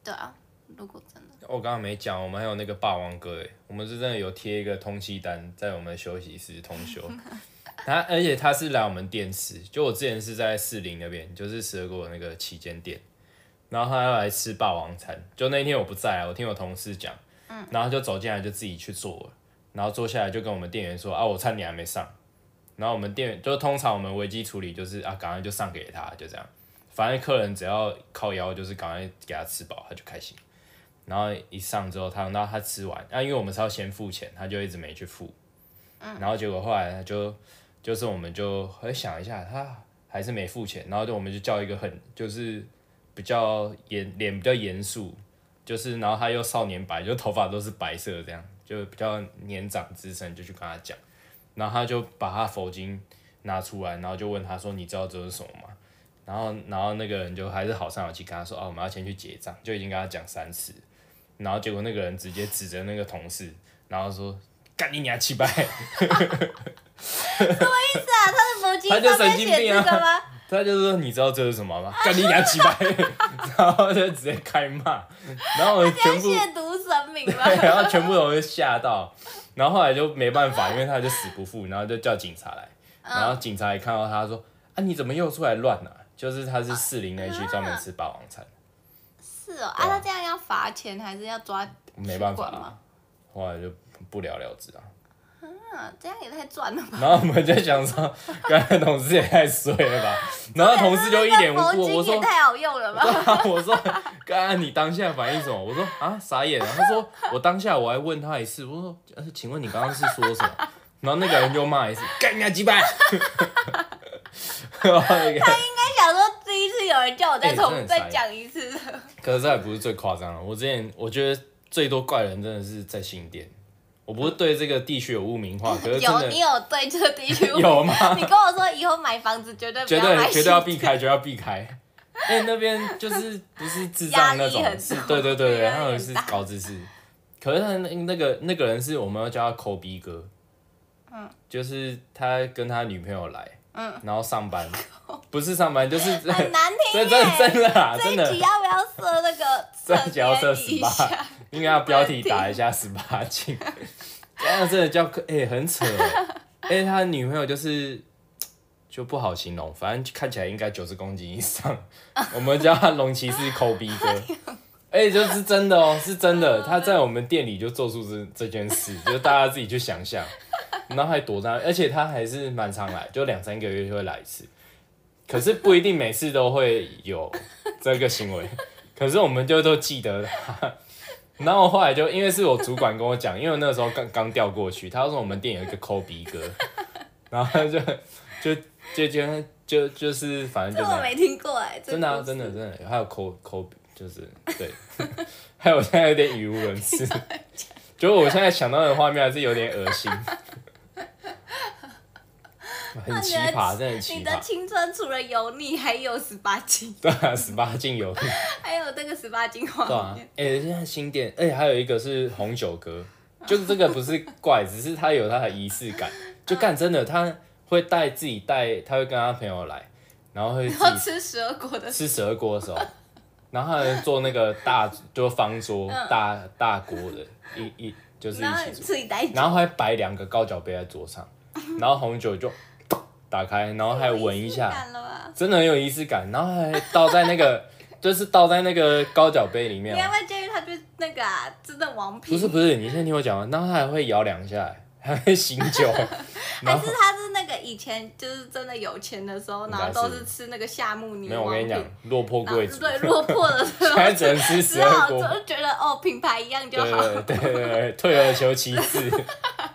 Speaker 2: 对啊。如果真的，
Speaker 1: 我哦刚刚没讲，我们还有那个霸王哥哎，我们是真的有贴一个通气单在我们的休息室通休。 *laughs* 他而且他是来我们店吃，就我之前是在士林那边，就是蛇果那个旗舰店，然后他要来吃霸王餐，就那天我不在啊，我听我同事讲，然后就走进来就自己去坐了，然后坐下来就跟我们店员说啊，我餐点还没上，然后我们店员就通常我们危机处理就是啊，赶快就上给他，就这样，反正客人只要靠腰就是赶快给他吃饱，他就开心。然后一上之后，他然后他吃完，啊那、因为我们是要先付钱，他就一直没去付。然后结果后来他就就是我们就会想一下，他还是没付钱，然后就我们就叫一个很就是比较严脸比较严肃，就是然后他又少年白，就头发都是白色的这样，就比较年长资深，就去跟他讲，然后他就把他佛经拿出来，然后就问他说：“你知道这是什么吗？”然后，然后那个人就还是好声好气跟他说：“哦，我们要先去结账。”就已经跟他讲三次，然后结果那个人直接指着那个同事，然后说：“干你娘七百！”
Speaker 2: 那佛经
Speaker 1: 他就
Speaker 2: 上面
Speaker 1: 神经
Speaker 2: 写
Speaker 1: 病
Speaker 2: 这
Speaker 1: 啊
Speaker 2: 个吗？
Speaker 1: 他就说：“你知道这是什么
Speaker 2: *laughs*
Speaker 1: 吗？干你娘七百！” *laughs* 然后就直接开骂，然后我们
Speaker 2: 在
Speaker 1: *laughs* 全
Speaker 2: *laughs*
Speaker 1: 部，
Speaker 2: 亵渎神明吗？
Speaker 1: 然后全部人都吓到，然后后来就没办法，因为他就死不付，然后就叫警察来，
Speaker 2: 嗯
Speaker 1: 然后警察也看到他说：“啊，你怎么又出来乱啊？”就是他是士林那
Speaker 2: 啊
Speaker 1: 区专门吃霸王餐，
Speaker 2: 是哦，啊，他这样要罚钱还是要抓？
Speaker 1: 没办法
Speaker 2: 去管吗
Speaker 1: 啊，后来就不了了之啊。
Speaker 2: 啊，这样也太赚了吧？
Speaker 1: *laughs* 然后我们就想说，刚才同事也太衰了
Speaker 2: *laughs*
Speaker 1: 吧。然后同事就一脸无
Speaker 2: 那
Speaker 1: 辜，
Speaker 2: 佛
Speaker 1: 我
Speaker 2: 经也
Speaker 1: 说
Speaker 2: 太好用了吧？
Speaker 1: *laughs* 我说，刚刚你当下反应什么？我说啊，傻眼了。他说，我当下我还问他一次，我说，呃请问你刚刚是说什么？ *laughs* 然后那个人就骂一次，干你鸡巴！ *laughs* 然后那个
Speaker 2: 他想说第一次有人叫我再
Speaker 1: *laughs* 哎
Speaker 2: 重、
Speaker 1: *laughs* 真的很傻
Speaker 2: 再
Speaker 1: 眼
Speaker 2: 讲一次，
Speaker 1: 可是这还不是最夸张的。我之前我觉得最多怪人真的是在新店。我不是对这个地区有污名化，可是真
Speaker 2: 有你
Speaker 1: 的
Speaker 2: 有对这个地区
Speaker 1: 有吗？
Speaker 2: 你跟我说以后买房子绝对
Speaker 1: *laughs*
Speaker 2: 不
Speaker 1: 绝
Speaker 2: 要买
Speaker 1: 对
Speaker 2: 新
Speaker 1: 绝对要避开，绝对要避 *laughs* 开。因哎为那边就是不是智障那种
Speaker 2: 压力，很
Speaker 1: 是
Speaker 2: 重
Speaker 1: 对对对对，
Speaker 2: 压力
Speaker 1: 他
Speaker 2: 很
Speaker 1: 们是
Speaker 2: 大
Speaker 1: 高知识。可是他那那个那个人是我们要叫他抠逼哥，嗯，就是他跟他女朋友来，嗯，然后上班，不是上班就是 *laughs* 这
Speaker 2: 很难听
Speaker 1: 这真
Speaker 2: 耶。
Speaker 1: 真的啦，
Speaker 2: 这
Speaker 1: 真
Speaker 2: 一集
Speaker 1: 的，
Speaker 2: 要不要设那个
Speaker 1: *laughs* 这
Speaker 2: 设
Speaker 1: 一集要设
Speaker 2: 定一
Speaker 1: 18
Speaker 2: 下？
Speaker 1: 应该要标题打一下十八禁， *laughs* 这样真的叫哎、很扯哎、哎他女朋友就是就不好形容，反正看起来应该九十公斤以上， *laughs* 我们叫他龙骑士抠逼哥。哎、就是真的哦，是真的。他在我们店里就做出这这件事，就是大家自己去想象，然后还躲在，而且他还是蛮常来，就两三个月就会来一次。可是不一定每次都会有这个行为，可是我们就都记得他。然后后来就因为是我主管跟我讲，因为我那时候刚刚调过去，他说我们店有一个抠鼻哥，然后他就就就就就就是反正
Speaker 2: 这
Speaker 1: 就那样。
Speaker 2: 我没听过哎，这
Speaker 1: 真的、啊，
Speaker 2: 故事
Speaker 1: 真的，真的，还有抠抠，就是对， *laughs* 还有我现在有点语无伦
Speaker 2: *laughs*
Speaker 1: 次，就我现在想到的画面还是有点恶
Speaker 2: *laughs*
Speaker 1: 心，很奇葩，真的很
Speaker 2: 你
Speaker 1: 奇
Speaker 2: 的
Speaker 1: 葩。
Speaker 2: 青春除了油腻，还有十八禁，
Speaker 1: 对啊，十八禁有，对
Speaker 2: 还有这个十八禁
Speaker 1: 啊
Speaker 2: 画 *laughs* 面。，
Speaker 1: 哎、现在新店，哎、还有一个是红酒哥，就是这个不是怪，只是他有他的仪式感，就干真的，他会带自己带，他会跟他朋友来，然后会自
Speaker 2: *laughs*
Speaker 1: 己
Speaker 2: 然后吃十二国的，
Speaker 1: 吃蛇锅的时候， *laughs* 然后他们做那个大就方桌、大大锅的，一一就是
Speaker 2: 嗯然后
Speaker 1: 一起煮，
Speaker 2: 自己带酒，
Speaker 1: 然后还摆两个高脚杯在桌上，然后红酒就 *coughs* 打开，然后还闻一
Speaker 2: 有仪式
Speaker 1: 下，
Speaker 2: 感了啊吧
Speaker 1: 真的很有仪式感，然后还倒在那个 *laughs* 就是倒在那个高脚杯里面
Speaker 2: 你要
Speaker 1: 哦，
Speaker 2: 不要建议他去那个啊，真的
Speaker 1: 不
Speaker 2: 王品？
Speaker 1: 是不是，你先听我讲哦完，然后他还会摇两下，还会醒
Speaker 2: *laughs*
Speaker 1: 酒，然
Speaker 2: 还
Speaker 1: 后
Speaker 2: 是他是那个以前就是真的有钱的时候，
Speaker 1: 应该
Speaker 2: 然
Speaker 1: 是
Speaker 2: 后都是吃那个夏目女
Speaker 1: 没有
Speaker 2: 王
Speaker 1: 我跟你讲
Speaker 2: 品，
Speaker 1: 落魄
Speaker 2: 然后
Speaker 1: 贵族，
Speaker 2: 啊对落魄的时
Speaker 1: *laughs* 现在
Speaker 2: 候，
Speaker 1: 只能吃
Speaker 2: 只
Speaker 1: 蛇
Speaker 2: 好
Speaker 1: 锅，
Speaker 2: *laughs* 就觉得哦品牌一样就
Speaker 1: 对
Speaker 2: 好。
Speaker 1: 对对对对，退而求其次。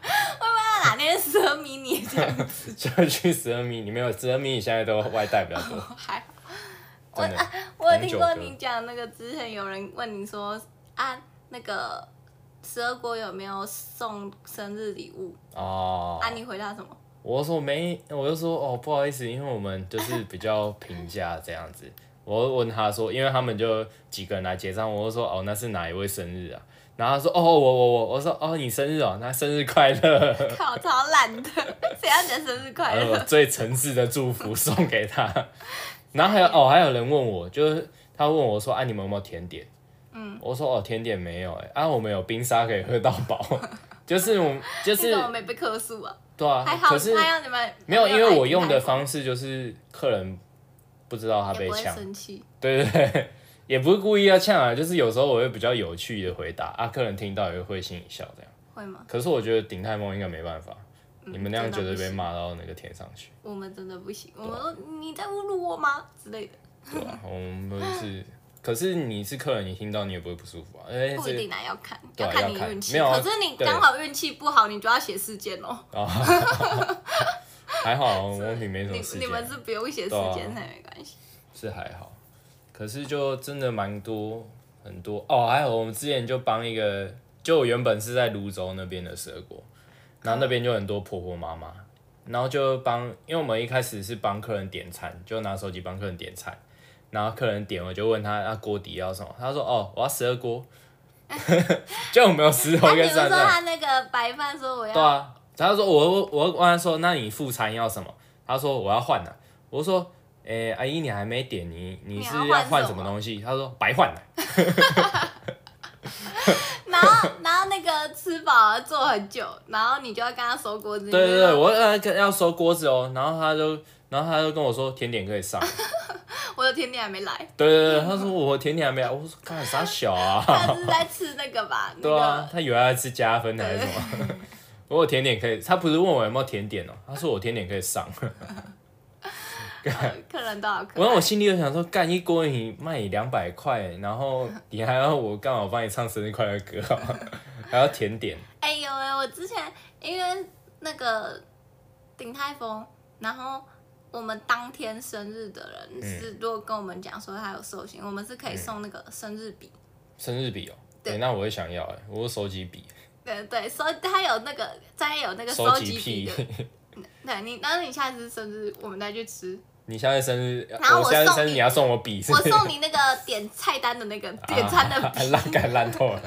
Speaker 2: 那哪天蛇迷你这样子
Speaker 1: 就去十二米，你没有十二米，现在都外带比较多，
Speaker 2: 还好。我啊
Speaker 1: 真的。
Speaker 2: 我有听过
Speaker 1: 红酒
Speaker 2: 你讲那个之前有人问你说啊那个十二国有没有送生日礼物
Speaker 1: 哦
Speaker 2: 啊？，你回答什么？
Speaker 1: 我就说没，我就说哦，不好意思，因为我们就是比较平价这样子。我就问他说，因为他们就几个人来结账，我就说哦，那是哪一位生日啊？然后他说哦，我我我，我说哦，你生日哦，那生日快乐，
Speaker 2: 靠，超懒的，谁要你的生日快
Speaker 1: 然后
Speaker 2: *laughs*
Speaker 1: 我
Speaker 2: 乐？
Speaker 1: 最诚挚的祝福送给他。然后还有哦，还有人问我，就是他问我说啊，你们有没有甜点？嗯，我说哦，甜点没有哎、啊，我们有冰沙可以喝到饱，
Speaker 2: *laughs*
Speaker 1: 就是我们就
Speaker 2: 你
Speaker 1: 是
Speaker 2: 怎么没被客诉啊？
Speaker 1: 对啊
Speaker 2: 还，好，
Speaker 1: 可是
Speaker 2: 还好你们
Speaker 1: 没有，因为我
Speaker 2: 来
Speaker 1: 用的
Speaker 2: 来过
Speaker 1: 方式就是客人不知道他
Speaker 2: 也
Speaker 1: 被
Speaker 2: 不会
Speaker 1: 呛，
Speaker 2: 生气。
Speaker 1: 对 *laughs* 对对，也不是故意要呛啊，就是有时候我会比较有趣的回答啊，客人听到也会会心一笑这样。
Speaker 2: 会吗？嗯
Speaker 1: 可是我觉得顶泰梦应该没办法，你们那样
Speaker 2: 真
Speaker 1: 绝
Speaker 2: 的
Speaker 1: 对
Speaker 2: 不
Speaker 1: 被
Speaker 2: 行
Speaker 1: 骂啊到那个天上去，
Speaker 2: 我们真的不行，我们说你在侮辱我吗之类的，
Speaker 1: 对吧、 *laughs* 我们不是，可是你是客人，你听到你也不会不舒服啊，因为
Speaker 2: 不一
Speaker 1: 这
Speaker 2: 定啊，要看
Speaker 1: 对啊
Speaker 2: 看你
Speaker 1: 要看
Speaker 2: 运气。
Speaker 1: 没有啊
Speaker 2: 可是你
Speaker 1: 对
Speaker 2: 刚好运气不好，你就要写事件哦。
Speaker 1: 啊 *laughs* 还好，我们品没什
Speaker 2: 你
Speaker 1: 么事啊
Speaker 2: 你
Speaker 1: 情啊
Speaker 2: 们，是不用写事件才没关系。
Speaker 1: 是还好，可是就真的蛮多很多哦，还有我们之前就帮一个，就我原本是在泸州那边的蛇国，然后那边就很多婆婆妈妈，然后就帮，因为我们一开始是帮客人点餐，就拿手机帮客人点餐，然后客人点我就问他啊锅底要什么，他说哦我要十二
Speaker 2: *laughs*
Speaker 1: 锅，就 *laughs* 我没有石头
Speaker 2: 那比
Speaker 1: 跟
Speaker 2: 如说
Speaker 1: 三三，
Speaker 2: 他那个白饭说我
Speaker 1: 对
Speaker 2: 要，
Speaker 1: 啊，他说我我我问他说那你副餐要什么，他说我要换了、我说。诶、阿姨，你还没点，你你是
Speaker 2: 你要
Speaker 1: 要
Speaker 2: 换
Speaker 1: 换
Speaker 2: 什
Speaker 1: 什么
Speaker 2: 么
Speaker 1: 东西？他说白换了、
Speaker 2: 然后 *laughs* 然后那个吃饱了坐很久，然后你就要跟他收锅子。
Speaker 1: 对对
Speaker 2: 你就
Speaker 1: 对，
Speaker 2: 要
Speaker 1: 我要要收锅子哦，然后他就，然后他就跟我说甜点可以上， *laughs*
Speaker 2: 我的甜点还没来，
Speaker 1: 对对对，他说我甜点还没来，我说干啥小啊， *laughs*
Speaker 2: 他是在吃那个吧？那
Speaker 1: 对啊 *laughs*
Speaker 2: 个，
Speaker 1: 他以为他在吃加分还是什么，我有甜点可以，他不是问我有没有甜点哦、他说我甜点可以上。
Speaker 2: 呃客人都好可
Speaker 1: 我让
Speaker 2: 爱
Speaker 1: 我。心里就想说，干一锅你卖你两百块，然后你还要我干嘛？我帮你唱生日快乐歌 *laughs* 好吗还要甜点，
Speaker 2: 哎有哎、我之前因为那个鼎泰丰，然后我们当天生日的
Speaker 1: 嗯
Speaker 2: 人是，如果跟我们讲说他有寿星，我们是可以送那个生日笔。
Speaker 1: 生日笔哦、
Speaker 2: 对
Speaker 1: 对、那我会想要哎、我有手机笔，
Speaker 2: 对对，收他有那个，再有那个
Speaker 1: 收
Speaker 2: 收
Speaker 1: 集
Speaker 2: 集
Speaker 1: 癖
Speaker 2: 笔的。。
Speaker 1: *laughs*
Speaker 2: 对你，但是你下次生日我们再去
Speaker 1: *laughs*
Speaker 2: 吃，
Speaker 1: 你下次生日，
Speaker 2: 然后我
Speaker 1: 下次
Speaker 2: 送
Speaker 1: 生日
Speaker 2: 你
Speaker 1: 你要送我笔，是
Speaker 2: 我
Speaker 1: 不是？
Speaker 2: 送你那个点菜单的那个点餐的笔。
Speaker 1: 啊 *laughs* 烂干烂透
Speaker 2: *laughs*
Speaker 1: 了。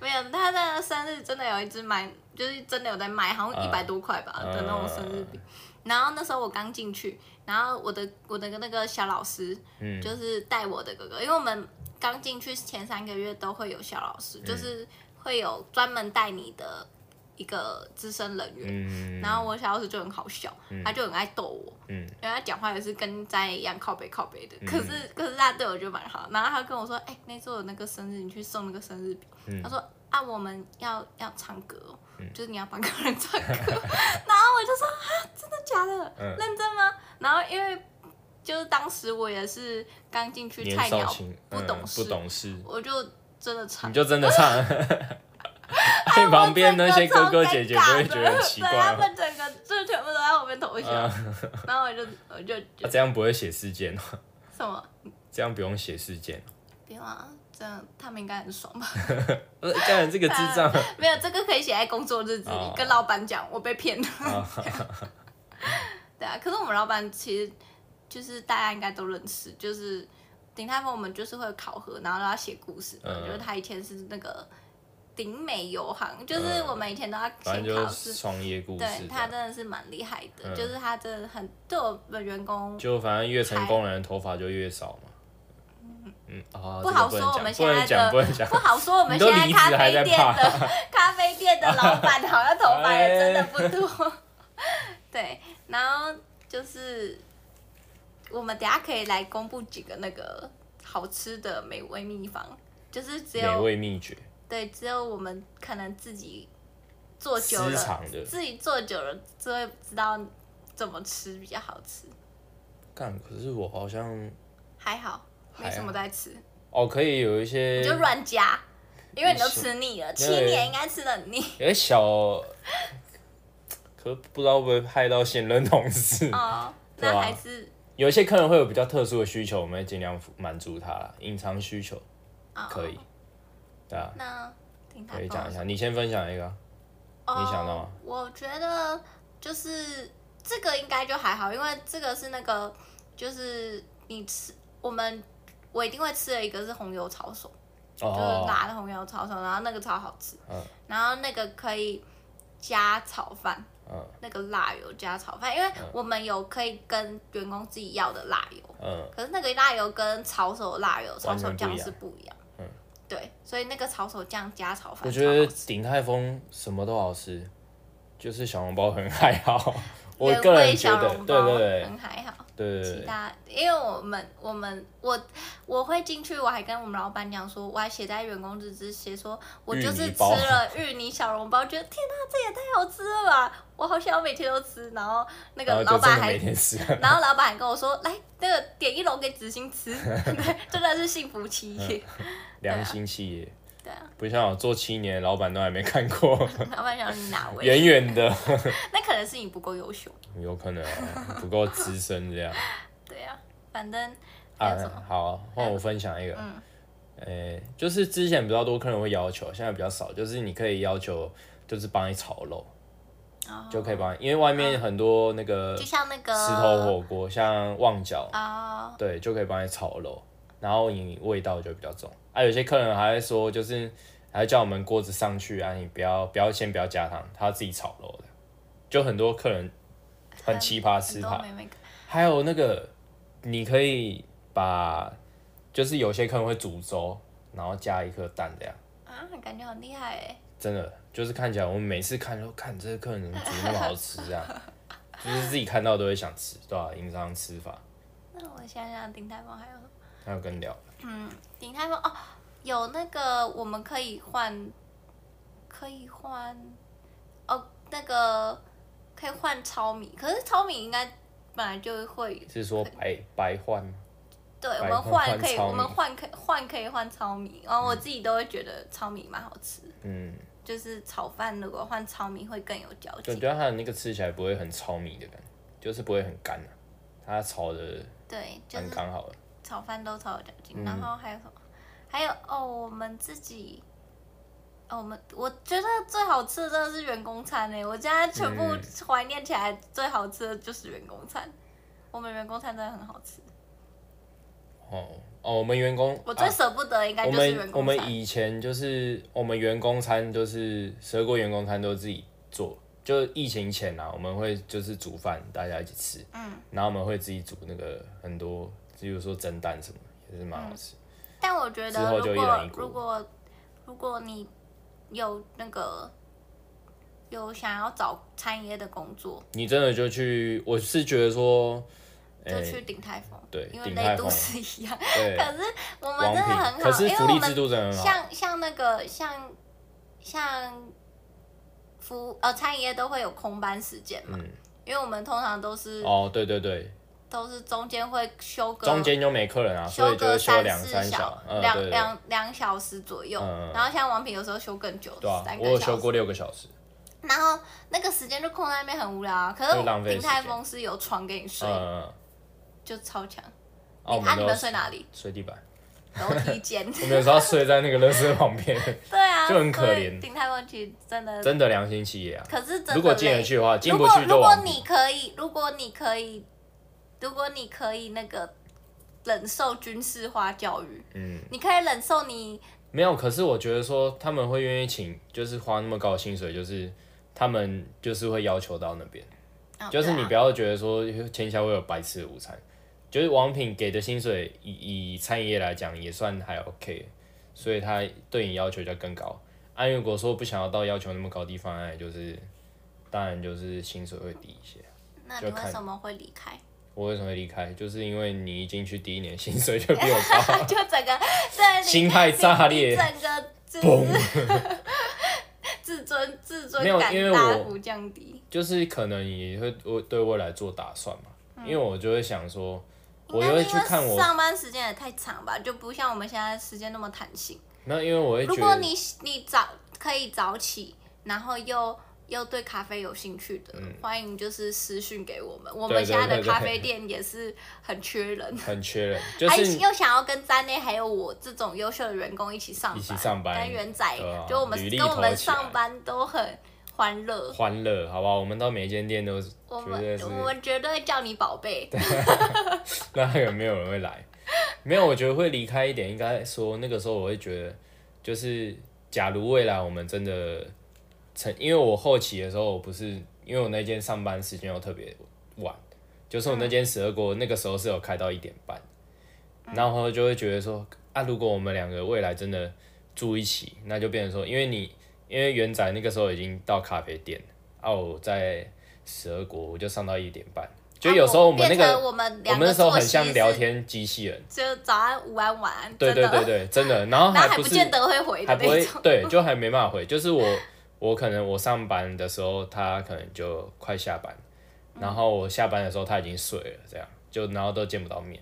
Speaker 2: 没有，他的生日真的有一只买，就是真的有在卖，好像
Speaker 1: 嗯
Speaker 2: 一百多块吧的那种生日饼。然后那时候我刚进去，然后我的我的那个小老师
Speaker 1: 嗯，
Speaker 2: 就是带我的哥哥，因为我们刚进去前三个月都会有小老师，就是会有专门带你的一个资深人员。
Speaker 1: 嗯，
Speaker 2: 然后我小老师就很好笑，他就很爱逗我，
Speaker 1: 嗯
Speaker 2: 因为他讲话也是跟在一样靠北靠北的，可是可是他对我就蛮好。然后他跟我说，哎、那次我有那个生日，你去送那个生日饼。
Speaker 1: 嗯
Speaker 2: 他说啊，我们要要唱歌哦、就是你要帮客人唱歌。 *laughs* 然后我就说啊，真的假的？
Speaker 1: 嗯
Speaker 2: 认真吗？然后因为就是当时我也是刚进去
Speaker 1: 年
Speaker 2: 菜
Speaker 1: 少
Speaker 2: 鸟
Speaker 1: 轻，，
Speaker 2: 不懂
Speaker 1: 嗯
Speaker 2: 事，哎
Speaker 1: 不懂事，
Speaker 2: *laughs* 我就真的唱
Speaker 1: 你。就真的
Speaker 2: *laughs*
Speaker 1: 唱。被 *laughs* 旁边那些哥哥姐姐不会觉得很奇怪啊嗯吗？
Speaker 2: 对，他们整个就全部都在我面投降，然后我就我就
Speaker 1: 啊这样不会写事件哦，
Speaker 2: 什么
Speaker 1: 这样不用写事件哦。
Speaker 2: 别忘了，这样他们应该很爽吧？
Speaker 1: 呃，当然这个智障
Speaker 2: *laughs* 没有，这个可以写在工作日志里
Speaker 1: 哦，
Speaker 2: 跟老板讲我被骗了。 *laughs*
Speaker 1: 啊，
Speaker 2: 对啊，可是我们老板其实就是大家应该都认识，就是鼎泰丰我们就是会有考核，然后让他写故事嘛，
Speaker 1: 嗯
Speaker 2: 就是他以前是那个鼎美游行，就是
Speaker 1: 嗯
Speaker 2: 我们以前都要
Speaker 1: 反正
Speaker 2: 先
Speaker 1: 就
Speaker 2: 考试
Speaker 1: 是。创业故事
Speaker 2: 对
Speaker 1: 这
Speaker 2: 他
Speaker 1: 样。
Speaker 2: 真的是蛮厉害的，
Speaker 1: 嗯
Speaker 2: 就是他真的很对我们员工
Speaker 1: 就反正越成功的人头发就越少嘛。嗯啊，
Speaker 2: 不好
Speaker 1: 这个
Speaker 2: 说我们现
Speaker 1: 不
Speaker 2: 在
Speaker 1: 能
Speaker 2: 的
Speaker 1: 讲，不能讲，
Speaker 2: 不好说，我们
Speaker 1: 你都
Speaker 2: 现
Speaker 1: 离
Speaker 2: 在
Speaker 1: 职
Speaker 2: 咖
Speaker 1: 还
Speaker 2: 啡
Speaker 1: 在
Speaker 2: 店
Speaker 1: 怕
Speaker 2: 的 *laughs* 咖啡店的老板好像头发也真的不多。 *laughs* 对，然后就是我们等一下可以来公布几个那个好吃的美味秘方，就是 *laughs*
Speaker 1: 不
Speaker 2: 只
Speaker 1: 能讲美
Speaker 2: 有
Speaker 1: 味秘诀，
Speaker 2: 对只有我们可能自己做久
Speaker 1: 私
Speaker 2: 了，
Speaker 1: 藏的。
Speaker 2: 自己做久了就会知道怎么吃比较好吃。
Speaker 1: 干，可是我好像
Speaker 2: 还好，没
Speaker 1: 还
Speaker 2: 什么
Speaker 1: 好
Speaker 2: 在吃，
Speaker 1: 哦，可以有一些
Speaker 2: 你就乱加，因为你都
Speaker 1: 你是
Speaker 2: 吃腻了，七
Speaker 1: 对
Speaker 2: 年应该吃的腻。
Speaker 1: 有些小，可不知道会不会害到现任同 *laughs* 事。
Speaker 2: 哦，
Speaker 1: 对
Speaker 2: 那
Speaker 1: 啊
Speaker 2: 还是
Speaker 1: 有一些客人会有比较特殊的需求，我们会尽量满足他啦，隐藏需求
Speaker 2: 哦
Speaker 1: 可以。对啊，
Speaker 2: 那听他
Speaker 1: 可以讲一
Speaker 2: 下，
Speaker 1: 下，你先分享一个啊。
Speaker 2: 哦
Speaker 1: 你想到吗？
Speaker 2: 我觉得就是这个应该就还好，因为这个是那个就是你吃我们。我一定会吃的一个是红油抄手，就是
Speaker 1: 哦，
Speaker 2: 辣的红油抄手，然后那个超好吃，
Speaker 1: 嗯
Speaker 2: 然后那个可以加炒饭，
Speaker 1: 嗯
Speaker 2: 那个辣油加炒饭，因为我们有可以跟员工自己要的辣油，
Speaker 1: 嗯，
Speaker 2: 可是那个辣油跟炒手辣油、炒
Speaker 1: 完
Speaker 2: 手
Speaker 1: 全不一样
Speaker 2: 酱是不一样。
Speaker 1: 嗯，
Speaker 2: 对，所以那个炒手酱加炒饭，
Speaker 1: 我觉得鼎泰丰什么都好吃，就是小笼包很还好。 *laughs* 我个人觉得，对对对
Speaker 2: 很还好。
Speaker 1: 对对
Speaker 2: 啊其
Speaker 1: 对，
Speaker 2: 他，因为我们我们我我会进去，我还跟我们老板讲说，我还写在员工日志写说，我就是
Speaker 1: 芋泥
Speaker 2: 吃
Speaker 1: 包
Speaker 2: 了芋泥小笼包，觉得天哪、这也太好吃了吧！我好想要每天都吃。然后那
Speaker 1: 然
Speaker 2: 个
Speaker 1: 后
Speaker 2: 老
Speaker 1: 就
Speaker 2: 板
Speaker 1: 真的
Speaker 2: 还
Speaker 1: 每天吃。
Speaker 2: 然后老板还跟我说：“来，那个点一笼给子欣吃， *laughs* 对真的是幸福企
Speaker 1: 嗯
Speaker 2: 业。
Speaker 1: 良心企业，”
Speaker 2: 对啊，
Speaker 1: 不像我做七年，老板都还没看
Speaker 2: *laughs*
Speaker 1: 过，
Speaker 2: *laughs* 老板想你
Speaker 1: *laughs*
Speaker 2: 哪位？
Speaker 1: 远远的，
Speaker 2: 那可能是你不够优秀。
Speaker 1: 有可能啊不够资深这样。
Speaker 2: 对啊，反正还有什
Speaker 1: 啊
Speaker 2: 么？，
Speaker 1: 好，换我分享一个。
Speaker 2: 嗯
Speaker 1: 诶、就是之前比较多客人会要求，现在比较少。就是你可以要求，就是帮你炒肉，
Speaker 2: 哦嗯
Speaker 1: 就可以帮你，因为外面很多那个
Speaker 2: 就
Speaker 1: 石
Speaker 2: 像那个
Speaker 1: 头火锅，像旺角，
Speaker 2: 啊，
Speaker 1: 对，就可以帮你炒肉，然后你味道就比较重。啊，有些客人还会说，就是还会叫我们锅子上去啊，你不要不要先不要加汤，他自己炒肉的。就很多客人很奇葩吃
Speaker 2: 很
Speaker 1: 法
Speaker 2: 多，妹妹
Speaker 1: 还有那个，你可以把，就是有些客人会煮粥，然后加一颗蛋这样，
Speaker 2: 啊，感觉很厉害哎。
Speaker 1: 真的就是看起来我们每次看都看这个客人怎么煮那么好吃这样， *laughs* 就是自己看到都会想吃，对吧、隐藏吃法，
Speaker 2: 那我想想，鼎泰丰还有什么
Speaker 1: 还有跟聊，
Speaker 2: 鼎泰丰哦，有那个我们可以换，可以换哦，那个可以换糙米，可是糙米应该本来就会
Speaker 1: 是说白白换吗？
Speaker 2: 对，
Speaker 1: 白
Speaker 2: 我们
Speaker 1: 换
Speaker 2: 换
Speaker 1: 换
Speaker 2: 可以，
Speaker 1: 糙
Speaker 2: 我们
Speaker 1: 米
Speaker 2: 换可以换可以换糙米，然后我自己都会觉得糙米蛮好吃，
Speaker 1: 嗯，
Speaker 2: 就是炒饭如果换糙米会更有嚼
Speaker 1: 就
Speaker 2: 劲。
Speaker 1: 觉得它的那个吃起来不会很糙米的感觉，就是不会很干、啊、它炒的
Speaker 2: 对，就
Speaker 1: 蛮
Speaker 2: 是
Speaker 1: 刚好的。
Speaker 2: 炒饭都超有嚼劲。
Speaker 1: 嗯
Speaker 2: 然后还有什么？还有哦，我们自己，哦，我们我觉得最好吃的真的是员工餐欸诶，我现在全部
Speaker 1: 嗯
Speaker 2: 怀念起来，最好吃的就是员工餐。我们员工餐真的很好吃，
Speaker 1: 哦哦，我们员工
Speaker 2: 我最
Speaker 1: 啊
Speaker 2: 舍不得应该
Speaker 1: 我
Speaker 2: 就是员
Speaker 1: 们我
Speaker 2: 工餐。
Speaker 1: 们以前就是我们员工餐就是蛇锅员工餐都自己做，就疫情前啊，我们会就是煮饭大家一起吃，嗯，然后我们会自己煮那个很多，比如说蒸蛋什么，也是
Speaker 2: 嗯
Speaker 1: 蛮好吃。
Speaker 2: 但我觉
Speaker 1: 之
Speaker 2: 得
Speaker 1: 后
Speaker 2: 如
Speaker 1: 就一人
Speaker 2: 果
Speaker 1: 一锅
Speaker 2: 如果如果你有那个有想要找餐饮业的工作，
Speaker 1: 你真的就去，我是觉得说，哎、
Speaker 2: 就去鼎泰丰，
Speaker 1: 对
Speaker 2: 因为
Speaker 1: 鼎泰
Speaker 2: 内
Speaker 1: 丰
Speaker 2: 度是一样。
Speaker 1: 对，
Speaker 2: *laughs* 可是我们
Speaker 1: 王
Speaker 2: 真的
Speaker 1: 品，
Speaker 2: 很
Speaker 1: 可
Speaker 2: 好，
Speaker 1: 是
Speaker 2: 因
Speaker 1: 福
Speaker 2: 为我
Speaker 1: 利制
Speaker 2: 们
Speaker 1: 度真的很好，
Speaker 2: 像像那个像像服呃餐饮业都会有空班时间嘛，
Speaker 1: 嗯，
Speaker 2: 因为我们通常都是、
Speaker 1: 哦，对对对，
Speaker 2: 都是中间会休个
Speaker 1: 中间就没客人啊，所
Speaker 2: 嗯休
Speaker 1: 以就会
Speaker 2: 个
Speaker 1: 休两
Speaker 2: 四
Speaker 1: 三
Speaker 2: 小
Speaker 1: 小，嗯，对
Speaker 2: 两
Speaker 1: 对对，
Speaker 2: 两两小时左右，
Speaker 1: 嗯嗯嗯
Speaker 2: 然后像王品有时候休更久，
Speaker 1: 对啊
Speaker 2: 三，
Speaker 1: 我有
Speaker 2: 个
Speaker 1: 休
Speaker 2: 小时。
Speaker 1: 过六个小时，
Speaker 2: 然后那个时间就空在那边很无聊啊。可是
Speaker 1: 就浪费
Speaker 2: 鼎
Speaker 1: 时间
Speaker 2: 泰丰是有床给你
Speaker 1: 嗯
Speaker 2: 睡，
Speaker 1: 嗯，嗯
Speaker 2: 就超强。
Speaker 1: 啊，我
Speaker 2: 你
Speaker 1: 们
Speaker 2: 啊，你
Speaker 1: 都
Speaker 2: 们睡哪里？
Speaker 1: 睡地板。
Speaker 2: 楼梯
Speaker 1: *laughs*
Speaker 2: 间。
Speaker 1: 我们有时候睡在那个垃圾旁
Speaker 2: *laughs*
Speaker 1: 边，
Speaker 2: 对啊，
Speaker 1: 就很可
Speaker 2: 所以
Speaker 1: 怜
Speaker 2: 鼎泰丰其实真的，
Speaker 1: 真的良心企业啊！
Speaker 2: 可是真的
Speaker 1: 如果进得
Speaker 2: 累
Speaker 1: 去的话，进
Speaker 2: 如
Speaker 1: 不
Speaker 2: 果
Speaker 1: 去
Speaker 2: 如
Speaker 1: 就
Speaker 2: 果
Speaker 1: 往
Speaker 2: 你可以，如果你可以，如果你可以那个忍受军事化教育，
Speaker 1: 嗯，
Speaker 2: 你可以忍受你
Speaker 1: 没有。可是我觉得说他们会愿意请，就是花那么高的薪水，就是他们就是会要求到那边，
Speaker 2: 哦
Speaker 1: 就是你不
Speaker 2: 对啊
Speaker 1: 要觉得说天下会有白吃的午餐，就是王品给的薪水以以餐饮业来讲也算还 OK，所以他对你要求就更高。按、如果说不想要到要求那么高的地方，那也就是当然就是薪水会低一些。
Speaker 2: 那你
Speaker 1: 就看
Speaker 2: 为什么会离开？
Speaker 1: 我为什么会离开？就是因为你一进去第一年薪水就比我
Speaker 2: *laughs*
Speaker 1: 高，
Speaker 2: 就整个对你
Speaker 1: 啊心态炸裂
Speaker 2: 你整个自
Speaker 1: 嘣！
Speaker 2: *laughs* 自尊自尊
Speaker 1: 没有因为
Speaker 2: 感
Speaker 1: 我
Speaker 2: 大幅降低。
Speaker 1: 就是可能也会我对未来做打算嘛，
Speaker 2: 嗯
Speaker 1: 因为我就会想说，我就
Speaker 2: 应该
Speaker 1: 会
Speaker 2: 是
Speaker 1: 去
Speaker 2: 因为
Speaker 1: 看我，
Speaker 2: 上班时间也太长吧，就不像我们现在时间那么弹性。
Speaker 1: 那因为我会觉
Speaker 2: 如果
Speaker 1: 得，
Speaker 2: 你你早可以早起，然后又又对咖啡有兴趣的，欢迎就是私讯给我们。我们
Speaker 1: 嗯对对
Speaker 2: 现在的
Speaker 1: 对对
Speaker 2: 咖啡店也是很缺人，
Speaker 1: 很缺人，就
Speaker 2: 还
Speaker 1: 是
Speaker 2: 又想要跟詹内还有我这种优秀的员工一起上班，
Speaker 1: 一起上班
Speaker 2: 跟元仔，
Speaker 1: 对啊
Speaker 2: 就我们
Speaker 1: 履历
Speaker 2: 跟我们
Speaker 1: 投起来
Speaker 2: 上班都很欢乐。
Speaker 1: 欢乐，好不好？我们到每一间店都是
Speaker 2: 我
Speaker 1: 绝对
Speaker 2: 们
Speaker 1: 是，
Speaker 2: 我们绝对叫你宝贝，
Speaker 1: *laughs* 那有没有人会来？没有，我觉得会离开一点，应该说那个时候我会觉得，就是假如未来我们真的成，因为我后期的时候，我不是因为我那间上班时间又特别晚，就是我那间十二锅那个时候是有开到一点半，
Speaker 2: 嗯
Speaker 1: 然后就会觉得说啊，如果我们两个未来真的住一起，那就变成说，因为你因为元仔那个时候已经到咖啡店，啊，我在十二国我就上到一点半，就有时候我们那
Speaker 2: 变
Speaker 1: 个。
Speaker 2: 啊成我们
Speaker 1: 我
Speaker 2: 两
Speaker 1: 们那
Speaker 2: 个
Speaker 1: 时候
Speaker 2: 作
Speaker 1: 很
Speaker 2: 息
Speaker 1: 像聊
Speaker 2: 是
Speaker 1: 天机器人，
Speaker 2: 就早安、午安、晚安，
Speaker 1: 对
Speaker 2: 真
Speaker 1: 对
Speaker 2: 的，
Speaker 1: 对对，真的。然后
Speaker 2: 然后
Speaker 1: 还
Speaker 2: 还
Speaker 1: 不
Speaker 2: 不
Speaker 1: 是
Speaker 2: 见得会回的
Speaker 1: 还不
Speaker 2: 那
Speaker 1: 会
Speaker 2: 种。
Speaker 1: 对，就还没办法回。就是我我可能我上班的时候，他可能就快下班，然后我下班的时候他已经睡了，这样就然后都见不到面。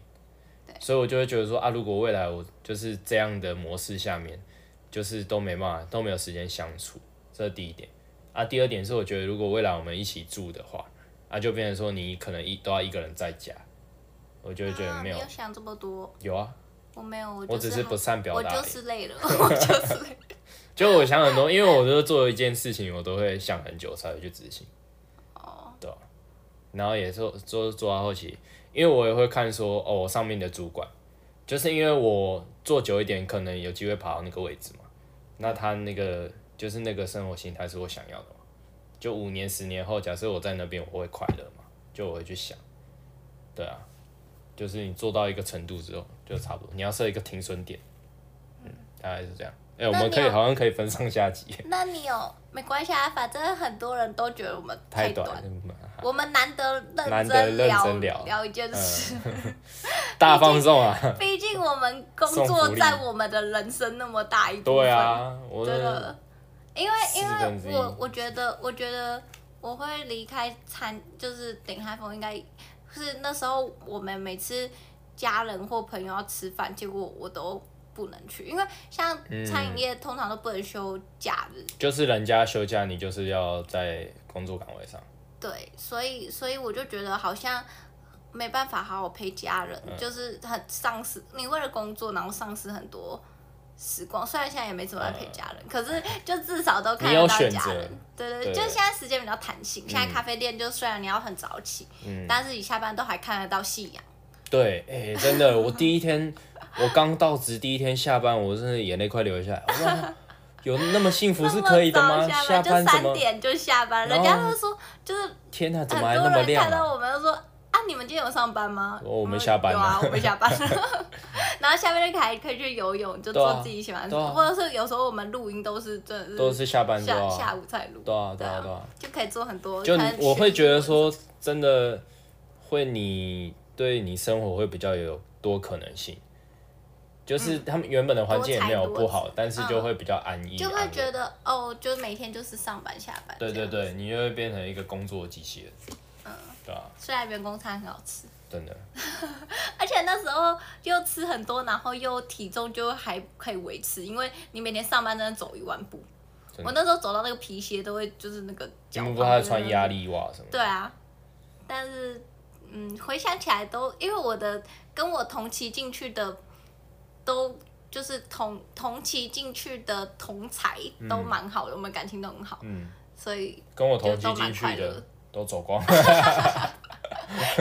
Speaker 1: 所以我就会觉得说啊，如果未来我就是这样的模式下面，就是都没办法都没有时间相处，这是第一点。啊，第二点是我觉得如果未来我们一起住的话，啊就变成说你可能一都要一个人在家，我就会觉得
Speaker 2: 啊
Speaker 1: 没有
Speaker 2: 你有想这么多，
Speaker 1: 有啊。
Speaker 2: 我没有，我
Speaker 1: 我
Speaker 2: 就
Speaker 1: 只
Speaker 2: 是
Speaker 1: 是不
Speaker 2: 很
Speaker 1: 善表
Speaker 2: 我
Speaker 1: 达而
Speaker 2: 就
Speaker 1: 已。*laughs*
Speaker 2: 是累了，我就是累了。
Speaker 1: 就我想很多，因为我就是做一件事情，我都会想很久才会去执行，
Speaker 2: 哦，
Speaker 1: 然后也是做做到后期，因为我也会看说，哦，我上面的主管，就是因为我做久一点，可能有机会爬到那个位置嘛，那他那个就是那个生活形态是我想要的嘛，就五年十年后，假设我在那边，我会快乐嘛，就我会去想，对啊，就是你做到一个程度之后，就差不多，你要设一个停损点，嗯，大概是这样。哎、我
Speaker 2: 那
Speaker 1: 们
Speaker 2: 你
Speaker 1: 可以
Speaker 2: 有
Speaker 1: 好像可以分上下集。
Speaker 2: *laughs* 那你有没关系啊，反正很多人都觉得我们
Speaker 1: 太短
Speaker 2: 短，
Speaker 1: 了，嗯
Speaker 2: 我们难得
Speaker 1: 难
Speaker 2: 认
Speaker 1: 得
Speaker 2: 真
Speaker 1: 认真聊
Speaker 2: 聊一件事，
Speaker 1: 大放送啊！
Speaker 2: *laughs* 毕竟我们工
Speaker 1: 送
Speaker 2: 作
Speaker 1: 福利
Speaker 2: 占我们的人生那么大一部分。
Speaker 1: 啊对，啊，我
Speaker 2: 真的。因为
Speaker 1: 四分
Speaker 2: 因
Speaker 1: 之一
Speaker 2: 为我我觉得我觉得我会离开餐就是鼎泰丰，应该是那时候我们每次家人或朋友要吃饭，结果我都不能去，因为像餐
Speaker 1: 嗯
Speaker 2: 饮业通常都不能休假日，
Speaker 1: 就是人家休假，你就是要在工作岗位上。
Speaker 2: 对，所以所以我就觉得好像没办法好好陪家人，
Speaker 1: 嗯
Speaker 2: 就是很丧失你为了工作，然后丧失很多时光。虽然现在也没怎么在陪家人，可是就至少都看
Speaker 1: 嗯你有
Speaker 2: 得到
Speaker 1: 选
Speaker 2: 家
Speaker 1: 择
Speaker 2: 人。对对，
Speaker 1: 对嗯
Speaker 2: 就现在时间比较弹性。现在咖啡店就虽然你要很早起，但是你下班都还看得到夕阳。
Speaker 1: 对，哎、真的，我第一天，我刚到职第一天下班，我真的眼泪快流下来。哇， *laughs* 有那么幸福
Speaker 2: 那
Speaker 1: 是
Speaker 2: 么
Speaker 1: 可以的
Speaker 2: 早
Speaker 1: 吗？
Speaker 2: 下
Speaker 1: 下班
Speaker 2: 班就
Speaker 1: 怎
Speaker 2: 三
Speaker 1: 么？
Speaker 2: 点就下班，人
Speaker 1: 然
Speaker 2: 家
Speaker 1: 后
Speaker 2: 都说就是
Speaker 1: 天呐、怎
Speaker 2: 很
Speaker 1: 么还
Speaker 2: 多
Speaker 1: 那么
Speaker 2: 人
Speaker 1: 亮、
Speaker 2: 看
Speaker 1: 啊？
Speaker 2: 到我们就说啊，你们今天有上班吗？
Speaker 1: 哦我们
Speaker 2: 们
Speaker 1: 下班
Speaker 2: 有
Speaker 1: 了
Speaker 2: 啊，我们下
Speaker 1: *laughs*
Speaker 2: 班。然后下面就还可以去游泳，就
Speaker 1: 对啊
Speaker 2: 做自己喜欢的事，
Speaker 1: 对啊
Speaker 2: 或者是有时候我们录音都是真的是
Speaker 1: 都是下班之
Speaker 2: 下、
Speaker 1: 后、
Speaker 2: 下
Speaker 1: 啊，
Speaker 2: 午才录，
Speaker 1: 对啊，对
Speaker 2: 对
Speaker 1: 啊，
Speaker 2: 啊
Speaker 1: 对啊。
Speaker 2: 就可以做很多。
Speaker 1: 就
Speaker 2: 看
Speaker 1: 你我会觉得
Speaker 2: 新闻，
Speaker 1: 说，真的会你对你生活会比较有多可能性。就是他们原本的环境也没有不好，
Speaker 2: 嗯多才多姿
Speaker 1: 但是就会比较安逸，
Speaker 2: 就
Speaker 1: 安
Speaker 2: 会
Speaker 1: 稳
Speaker 2: 觉得哦，就每天就是上班下班。
Speaker 1: 对对
Speaker 2: 这样，
Speaker 1: 对，
Speaker 2: 嗯
Speaker 1: 你就会变成一个工作机器人，对啊，
Speaker 2: 虽然员工餐很好吃，
Speaker 1: 真的，
Speaker 2: 而且那时候又吃很多，然后又体重就还可以维持，因为你每天上班真的走一万步。
Speaker 1: 真的
Speaker 2: 我那时候走到那个皮鞋都会就是那个
Speaker 1: 你
Speaker 2: 脚
Speaker 1: 们
Speaker 2: 旁
Speaker 1: 不
Speaker 2: 边
Speaker 1: 还
Speaker 2: 那个
Speaker 1: 穿压力袜什么的？
Speaker 2: 对啊，但是嗯，回想起来都因为我的跟我同期进去的都就是同同期进去的同才都蛮好的，我们感情都很好，
Speaker 1: 嗯，
Speaker 2: 所以
Speaker 1: 跟我同
Speaker 2: 就
Speaker 1: 期
Speaker 2: 都蛮
Speaker 1: 进去
Speaker 2: 快
Speaker 1: 的
Speaker 2: 乐
Speaker 1: 都走光，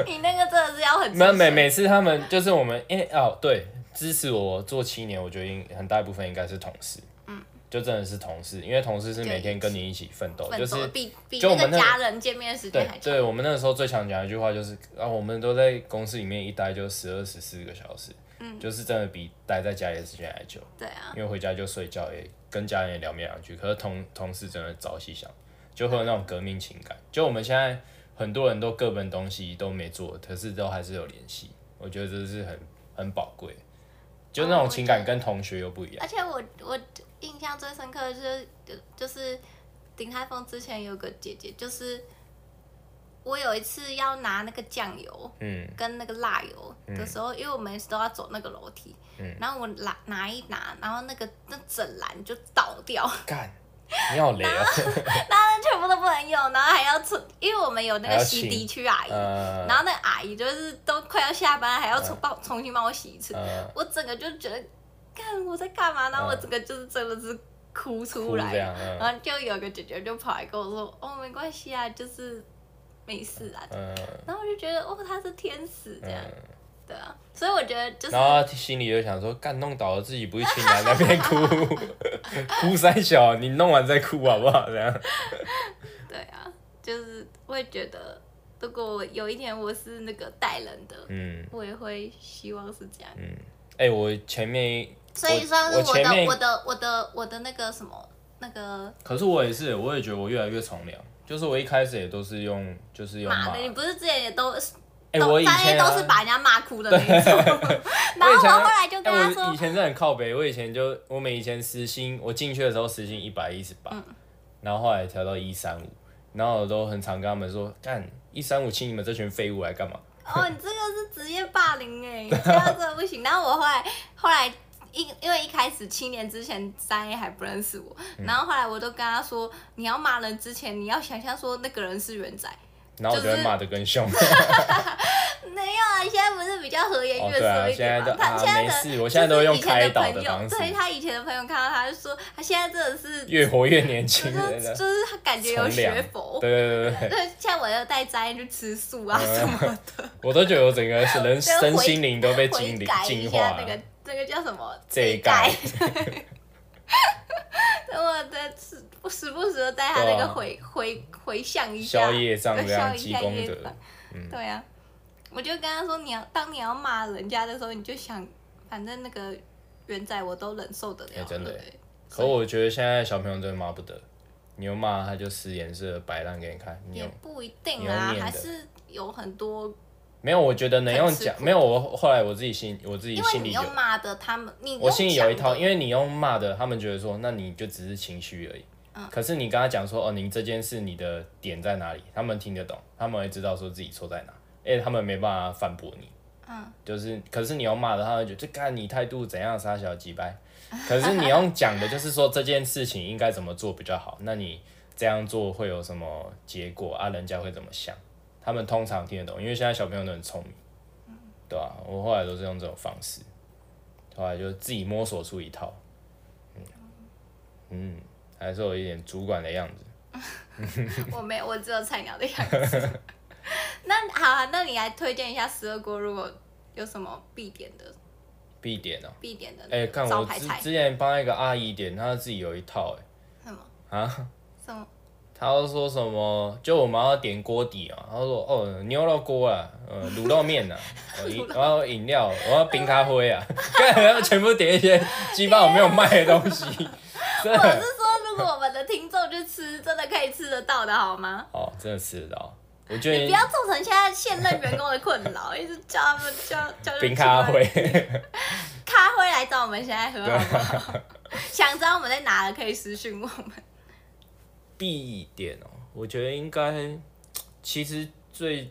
Speaker 2: 你那个真的是要
Speaker 1: *laughs*
Speaker 2: 很
Speaker 1: 没有
Speaker 2: 资
Speaker 1: 每
Speaker 2: 深
Speaker 1: 每次他们就是我们，因为哦对，支持我做七年，我觉得应很大一部分应该是同事，嗯，就真的是同事，因为同事是
Speaker 2: 就
Speaker 1: 每
Speaker 2: 一
Speaker 1: 天跟你一起奋斗，
Speaker 2: 奋
Speaker 1: 就
Speaker 2: 斗
Speaker 1: 是
Speaker 2: 比比
Speaker 1: 就我
Speaker 2: 那
Speaker 1: 们
Speaker 2: 个
Speaker 1: 那
Speaker 2: 家人见面的时间
Speaker 1: 对
Speaker 2: 还长
Speaker 1: 对，，我们那时候最常讲一句话就是啊，我们都在公司里面一待就十二十四个小时，嗯，就是真的比待在家里的时间还久。
Speaker 2: 对啊，
Speaker 1: 因为回家就睡觉，也跟家人也聊不两句。可是同同事真的朝夕相，就会有那种革命情感。就我们现在很多人都各奔东西，都没做，可是都还是有联系。我觉得这是很很宝贵，就那种情感跟同学又不一样。
Speaker 2: 而且我我印象最深刻的就是就就是鼎泰丰之前有个姐姐，就是我有一次要拿那个酱油，
Speaker 1: 嗯，
Speaker 2: 跟那个辣油的时候，因为我们都要走那个楼梯，
Speaker 1: 嗯
Speaker 2: 然后我拿拿一拿，然后那个那整篮就倒掉， *laughs*
Speaker 1: 干，你好雷啊！
Speaker 2: 那全部都不能用，然后还要出，因为我们有那
Speaker 1: 还要
Speaker 2: 个
Speaker 1: 清
Speaker 2: 洗涤区阿姨，
Speaker 1: 呃
Speaker 2: 然后那个阿姨就是都快要下班，还要
Speaker 1: 嗯
Speaker 2: 重帮、重新帮我洗一次，
Speaker 1: 呃，
Speaker 2: 我整个就觉得，看我在干嘛呢？然后我整个就是真的是哭出
Speaker 1: 嗯哭
Speaker 2: 来，
Speaker 1: 这样，嗯、
Speaker 2: 然后就有个姐姐就跑来跟我说，哦，没关系啊，就是没事啊，
Speaker 1: 嗯、
Speaker 2: 然后我就觉得，哦，她是天使这样。
Speaker 1: 嗯
Speaker 2: 对啊，所以我觉得就是
Speaker 1: 然后他心里就想说，干弄倒了自己不是亲男那边哭，哭 *laughs* 三小，你弄完再哭好不好？这样。
Speaker 2: 对啊，就是会觉得，如果我有一天我是那个带人的，
Speaker 1: 嗯
Speaker 2: 我也会希望是这样。
Speaker 1: 嗯，哎、我前面一
Speaker 2: 所以算是
Speaker 1: 我
Speaker 2: 我
Speaker 1: 前
Speaker 2: 的
Speaker 1: 面
Speaker 2: 我的我的我的那个什么那个
Speaker 1: 可是我也是，我也觉得我越来越从良。就是我一开始也都是用，就是用
Speaker 2: 骂
Speaker 1: 骂
Speaker 2: 的，。你不是之前也都
Speaker 1: 哎、
Speaker 2: 都
Speaker 1: 我以
Speaker 2: 大
Speaker 1: 前、
Speaker 2: 家
Speaker 1: 啊、
Speaker 2: 都是把人家骂哭的那
Speaker 1: *laughs*
Speaker 2: 一种， *laughs* 然后
Speaker 1: 以前
Speaker 2: 我后来就跟
Speaker 1: 啊哎
Speaker 2: 他
Speaker 1: 我
Speaker 2: 说
Speaker 1: 以，前真的很靠北。我以前就我们以前时薪，我进去的时候时薪一百一十
Speaker 2: 嗯
Speaker 1: 八，然后后来调到一三五，然后我都很常跟他们说，干一三五请你们这群废物来干嘛？
Speaker 2: 哦，你这个是职业霸凌哎、这样真的不行。然后我后来后来一因为一开始七年之前三 A 还不认识我，
Speaker 1: 嗯
Speaker 2: 然后后来我都跟他说，你要骂人之前，你要想象说那个人是元仔。
Speaker 1: 然后我就
Speaker 2: 就
Speaker 1: 会
Speaker 2: 是
Speaker 1: 骂得更凶。
Speaker 2: 没有啊，现在不是比较和颜
Speaker 1: 哦，
Speaker 2: 悦
Speaker 1: 对啊
Speaker 2: 色，一
Speaker 1: 现在
Speaker 2: 点
Speaker 1: 都
Speaker 2: 吗？他
Speaker 1: 啊
Speaker 2: 现在
Speaker 1: 没
Speaker 2: 的
Speaker 1: 事，我
Speaker 2: 我
Speaker 1: 现在都用
Speaker 2: 以前
Speaker 1: 开
Speaker 2: 的
Speaker 1: 导
Speaker 2: 朋友，
Speaker 1: 方式，
Speaker 2: 对他以前的朋友看到他就说，他现在真的是
Speaker 1: *laughs*
Speaker 2: 就
Speaker 1: 越活越年轻，真
Speaker 2: 是
Speaker 1: 的
Speaker 2: 就是他感觉有
Speaker 1: 啊从良嗯
Speaker 2: 学佛。
Speaker 1: 对对对对。
Speaker 2: 对，像我要带斋去吃素啊什么的，
Speaker 1: 我都觉得我整个是人
Speaker 2: *laughs* 就回
Speaker 1: 身心灵都被
Speaker 2: 悔
Speaker 1: 精灵
Speaker 2: 改一
Speaker 1: 净
Speaker 2: 下
Speaker 1: 化
Speaker 2: 那个
Speaker 1: 了。
Speaker 2: 那个叫什么
Speaker 1: 这一
Speaker 2: 盖 *laughs*
Speaker 1: 盖。 *laughs*
Speaker 2: 等我再时不时不时的带他那
Speaker 1: 对
Speaker 2: 个
Speaker 1: 啊
Speaker 2: 回回回想一下，
Speaker 1: 消业障这样
Speaker 2: 对消一
Speaker 1: 积
Speaker 2: 下
Speaker 1: 功
Speaker 2: 业
Speaker 1: 德
Speaker 2: 障。
Speaker 1: 嗯
Speaker 2: 对啊，我就跟他说，你要当你要骂人家的时候，你就想，反正那个原仔我都忍受得了。
Speaker 1: 哎真的
Speaker 2: 对
Speaker 1: 可我觉得现在小朋友真的骂不得，你又骂他就使眼色摆烂给你看。你
Speaker 2: 也
Speaker 1: 有
Speaker 2: 不一定
Speaker 1: 你要
Speaker 2: 啊，
Speaker 1: 念
Speaker 2: 还
Speaker 1: 的
Speaker 2: 是有很多，
Speaker 1: 没有？我觉得能用讲
Speaker 2: 很吃，苦
Speaker 1: 没有。我后来我自己心我自己
Speaker 2: 因为
Speaker 1: 心
Speaker 2: 你
Speaker 1: 里有
Speaker 2: 用，骂的他们，你
Speaker 1: 我心里有一套，
Speaker 2: 用
Speaker 1: 因为你用骂的，他们觉得说那你就只是情绪而已。
Speaker 2: 讲
Speaker 1: 可是你跟他讲说，哦，您这件事你的点在哪里，他们听得懂，他们会知道说自己错在哪，哎，他们没办法反驳你。嗯，就是，可是你要骂的，他会觉得就看你态度怎样，傻小鸡掰。可是你用讲的，就是说这件事情应该怎么做比较好，那你这样做会有什么结果啊？人家会怎么想？他们通常听得懂，因为现在小朋友都很聪明，
Speaker 2: 嗯
Speaker 1: 对吧、我后来都是用这种方式，后来就自己摸索出一套，嗯嗯，还是有一点主管的样子。
Speaker 2: 我没有，我只有菜鸟的样子。 *laughs* 那好、啊，那你来推荐一下十二锅，如果有什么必点的
Speaker 1: 必点哦、
Speaker 2: 必点的
Speaker 1: 哎、
Speaker 2: 那
Speaker 1: 看
Speaker 2: 个招
Speaker 1: 我
Speaker 2: 牌
Speaker 1: 之
Speaker 2: 菜
Speaker 1: 之前帮一个阿姨点，她自己有一套哎、
Speaker 2: 什么
Speaker 1: 啊，
Speaker 2: 什么？ *laughs*
Speaker 1: 她都说什么？就我们要点锅底啊，她说哦牛肉锅啊，呃卤肉面啊，呃
Speaker 2: *laughs*
Speaker 1: 饮然后饮料，我要冰咖啡啊， *laughs* 干然后全部点一些鸡巴我没有卖的东西， *laughs* 真
Speaker 2: 我是
Speaker 1: 的
Speaker 2: 说，如果我们的听众去吃，真的可以吃得到的好吗？
Speaker 1: 哦真的吃得到，我觉
Speaker 2: 你不
Speaker 1: 得
Speaker 2: 要造成现在现任员工的困
Speaker 1: *laughs*
Speaker 2: 扰，一直叫他们叫叫他们
Speaker 1: 冰咖
Speaker 2: 奇怪
Speaker 1: 啡，
Speaker 2: 咖啡来找我们现在喝好不好？
Speaker 1: 啊
Speaker 2: *laughs* 想知道我们在哪了，可以私讯我们。
Speaker 1: 必点哦，我觉得应该其实最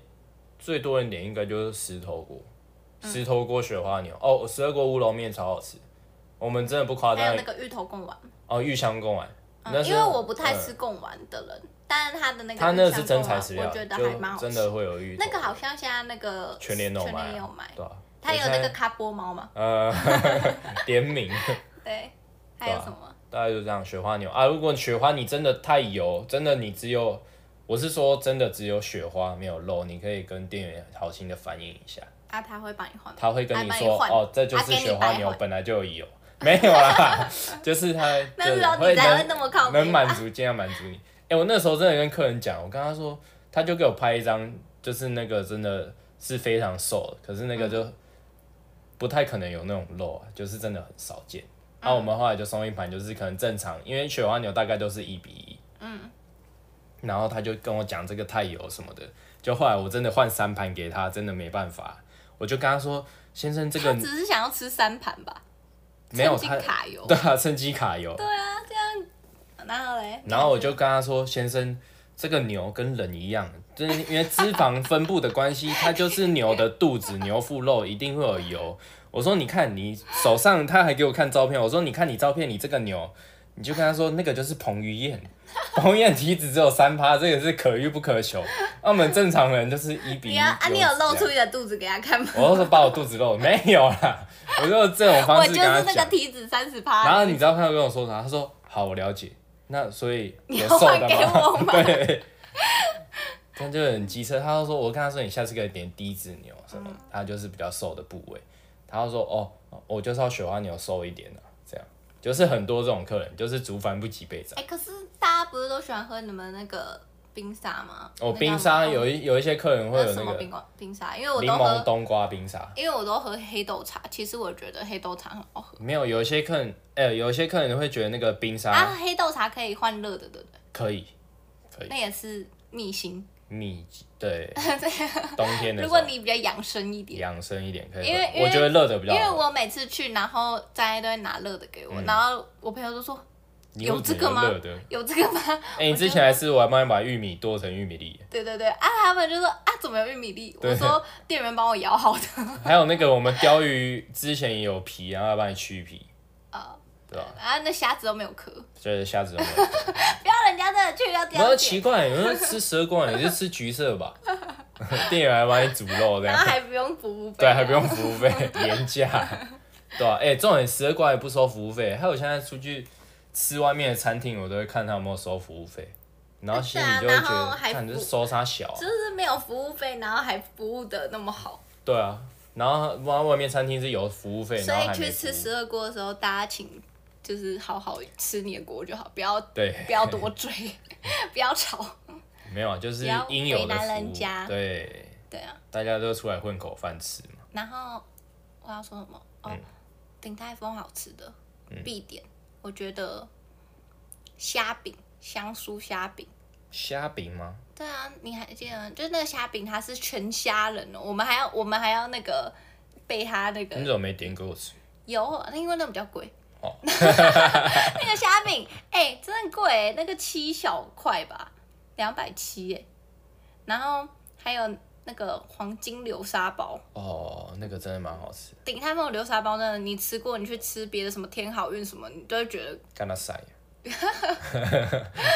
Speaker 1: 最多人点应该就是石头锅，
Speaker 2: 嗯
Speaker 1: 石头锅雪花牛、哦，十二锅乌龙面超好吃，我们真的不夸
Speaker 2: 还有
Speaker 1: 张
Speaker 2: 那个芋头贡丸，
Speaker 1: 哦，玉香贡丸，那
Speaker 2: 嗯，
Speaker 1: 是
Speaker 2: 因为我不太
Speaker 1: 嗯
Speaker 2: 吃贡丸的人，但是他的那个
Speaker 1: 它那
Speaker 2: 芋
Speaker 1: 个
Speaker 2: 香
Speaker 1: 是
Speaker 2: 贡
Speaker 1: 真
Speaker 2: 丸
Speaker 1: 材实料，
Speaker 2: 我觉得还蛮
Speaker 1: 就
Speaker 2: 好
Speaker 1: 真。
Speaker 2: 吃
Speaker 1: 的会有芋头
Speaker 2: 那个好像现在那个
Speaker 1: 全联有
Speaker 2: 全
Speaker 1: 卖啊，
Speaker 2: 联有卖，
Speaker 1: 对啊，
Speaker 2: 它有
Speaker 1: 我
Speaker 2: 那
Speaker 1: 现
Speaker 2: 个
Speaker 1: 在
Speaker 2: 咖波猫嘛？
Speaker 1: 呃 *laughs* 联名，
Speaker 2: 对，还
Speaker 1: 对
Speaker 2: 有
Speaker 1: 啊
Speaker 2: 什么？
Speaker 1: 大概就这样，雪花牛啊，如果雪花你真的太油，真的你只有。我是说，真的只有雪花没有肉，你可以跟店员好心的反映一下。
Speaker 2: 啊，他会帮你换吗？
Speaker 1: 他会跟
Speaker 2: 还
Speaker 1: 你
Speaker 2: 帮你
Speaker 1: 说，
Speaker 2: 换
Speaker 1: 哦，这就
Speaker 2: 啊
Speaker 1: 是
Speaker 2: 给你
Speaker 1: 雪花
Speaker 2: 白
Speaker 1: 牛
Speaker 2: 换
Speaker 1: 本来就有油，没有啦， *laughs* 就是他
Speaker 2: *laughs* 那
Speaker 1: 就是
Speaker 2: 时候
Speaker 1: 会
Speaker 2: 你才会
Speaker 1: 能
Speaker 2: 那么靠
Speaker 1: 能
Speaker 2: 北
Speaker 1: 满
Speaker 2: 吧
Speaker 1: 足，尽量满足
Speaker 2: *laughs*
Speaker 1: 你。哎、我那时候真的跟客人讲，我跟他说，他就给我拍一张，就是那个真的是非常瘦的，可是那个就不太可能有那种肉啊，就是真的很少见。
Speaker 2: 嗯
Speaker 1: 然后我们后来就送一盘，就是可能正常，因为雪花牛大概都是一比一。嗯。然后他就跟我讲这个太油什么的，就后来我真的换三盘给他，真的没办法，我就跟他说：“先生，这
Speaker 2: 他
Speaker 1: 个
Speaker 2: 只是想要吃三盘吧？
Speaker 1: 没有
Speaker 2: 趁
Speaker 1: 他
Speaker 2: 机，卡油。
Speaker 1: 对啊，趁机卡油。
Speaker 2: 对啊，这样，然后嘞，
Speaker 1: 然后我就跟他说：“先生，这个牛跟人一样，就是因为脂肪分布的关系，它就是牛的肚子、牛腹肉一定会有油。”我说：“你看你手上，他还给我看照片。我说：‘你看你照片，你这个牛，你就跟他说那个就是彭于晏， *laughs* 彭于晏体脂只有三趴，这个是可遇不可求。啊那我们正常人就是一比一。’
Speaker 2: 你要啊，你有露出你的肚子给他看吗？
Speaker 1: 我都是把我肚子露，没有啦，我就这种方
Speaker 2: 我
Speaker 1: 式
Speaker 2: 就
Speaker 1: 跟
Speaker 2: 是
Speaker 1: 他
Speaker 2: 那个
Speaker 1: 讲。
Speaker 2: 体脂三十
Speaker 1: 然
Speaker 2: 趴，
Speaker 1: 后你知道他跟我说啥？他说：“好，我了解。”那所以
Speaker 2: 你
Speaker 1: 有
Speaker 2: 要
Speaker 1: 瘦
Speaker 2: 换
Speaker 1: 的
Speaker 2: 给我
Speaker 1: *laughs*
Speaker 2: 吗？
Speaker 1: 对，他就很机车。他就说：“我跟他说，你下次可以点低脂牛什
Speaker 2: 嗯
Speaker 1: 么，他就是比较瘦的部位。”他就说：“哦，我就是要雪花牛瘦一点的、啊这样就是很多这种客人，就是竹帆不及被宰。
Speaker 2: 哎、可是大家不是都喜欢喝你们那个冰沙吗？
Speaker 1: 哦，
Speaker 2: 哎那叫
Speaker 1: 冰
Speaker 2: 什
Speaker 1: 沙
Speaker 2: 么
Speaker 1: 有一有一些客人会
Speaker 2: 那
Speaker 1: 有
Speaker 2: 什
Speaker 1: 那
Speaker 2: 么
Speaker 1: 个
Speaker 2: 冰瓜冰沙，因为我
Speaker 1: 柠
Speaker 2: 都
Speaker 1: 檬
Speaker 2: 喝，
Speaker 1: 冬瓜冰沙，
Speaker 2: 因为我都喝黑豆茶。其实我觉得黑豆茶很好喝
Speaker 1: 没有有一些客人，哎、有一些客人会觉得那个冰
Speaker 2: 啊，
Speaker 1: 沙
Speaker 2: 黑豆茶可以换热的，对不对？
Speaker 1: 可以可以
Speaker 2: 那也是秘辛。
Speaker 1: 秘籍，
Speaker 2: *laughs*
Speaker 1: 对，冬天的时
Speaker 2: 啊如
Speaker 1: 候
Speaker 2: 果你比较养生一点，
Speaker 1: 养生一点可以喝，
Speaker 2: 因为因为
Speaker 1: 我觉得热的比
Speaker 2: 因
Speaker 1: 较
Speaker 2: 为
Speaker 1: 好喝。
Speaker 2: 我每次去，然后大家都会拿热的给
Speaker 1: 嗯
Speaker 2: 我，然后我朋友都说
Speaker 1: 你为
Speaker 2: 有这
Speaker 1: 什么
Speaker 2: 个吗
Speaker 1: 热的，
Speaker 2: 有这个吗？
Speaker 1: 哎、你之前来吃，我还帮你把玉米剁成玉米
Speaker 2: *laughs*
Speaker 1: 粒，
Speaker 2: 对对对啊，他们就说啊，怎么有玉米粒？
Speaker 1: 对
Speaker 2: 我说店员帮我摇好的。
Speaker 1: 还有那个我们鲷鱼之前也有皮，然后要帮你去皮，
Speaker 2: 啊，
Speaker 1: *laughs* 对吧？
Speaker 2: 啊，那虾子都没有壳，不
Speaker 1: 所以虾子都
Speaker 2: *laughs*
Speaker 1: 没有。
Speaker 2: 要人家真的去要这
Speaker 1: 然后
Speaker 2: 样
Speaker 1: 奇
Speaker 2: 点，
Speaker 1: 怪，有人吃蛇罐，你就吃橘色
Speaker 2: *laughs*
Speaker 1: 吧，店员还帮你煮肉这
Speaker 2: 然
Speaker 1: 样
Speaker 2: 后， *laughs* 还不用服务费，啊
Speaker 1: 对，还不用服务费，廉价， *laughs* 对吧、哎、重点蛇罐也不收服务费，还有我现在出去吃外面的餐厅，我都会看他有没有收服务费，然后心里就会觉
Speaker 2: 对啊然后
Speaker 1: 得，
Speaker 2: 还
Speaker 1: 看你这
Speaker 2: 付
Speaker 1: 收啥小、啊
Speaker 2: 就，是没有服务费，然后还服务的那么好，
Speaker 1: 对啊。然后，然后外面餐厅是有服务费，
Speaker 2: 所
Speaker 1: 然后
Speaker 2: 以
Speaker 1: 还没
Speaker 2: 去
Speaker 1: 服
Speaker 2: 吃
Speaker 1: 务
Speaker 2: 十二锅的时候，大家请就是好好吃你的锅就好，不要
Speaker 1: 对，
Speaker 2: 不
Speaker 1: *laughs*
Speaker 2: 要多追，不要吵，
Speaker 1: 没有，啊，就是
Speaker 2: 不要
Speaker 1: 应有
Speaker 2: 为
Speaker 1: 的
Speaker 2: 难
Speaker 1: 服
Speaker 2: 人
Speaker 1: 务
Speaker 2: 家
Speaker 1: 对，
Speaker 2: 对啊。
Speaker 1: 大家都出来混口饭吃嘛。
Speaker 2: 然后我要说什么？哦，
Speaker 1: 嗯
Speaker 2: 鼎泰丰好吃的必点，我觉得虾饼香酥虾饼。
Speaker 1: 虾饼吗？
Speaker 2: 对啊，你还记得吗就是那个虾饼，它是全虾仁哦。我们还要我们还要那个备它那
Speaker 1: 你
Speaker 2: 个
Speaker 1: 怎么没点给我吃？
Speaker 2: *laughs* 油，因为那比较贵。
Speaker 1: 嗯哦
Speaker 2: 那个虾饼，哎、真的贵贵，那个七小块吧，两百七耶。然后还有那个黄金流沙包，
Speaker 1: 哦，那个真的蛮好吃，
Speaker 2: 鼎泰丰的流沙包真的，你吃过，你去吃别的什么天好运什么，你都会觉得
Speaker 1: 干他
Speaker 2: *laughs*
Speaker 1: 塞。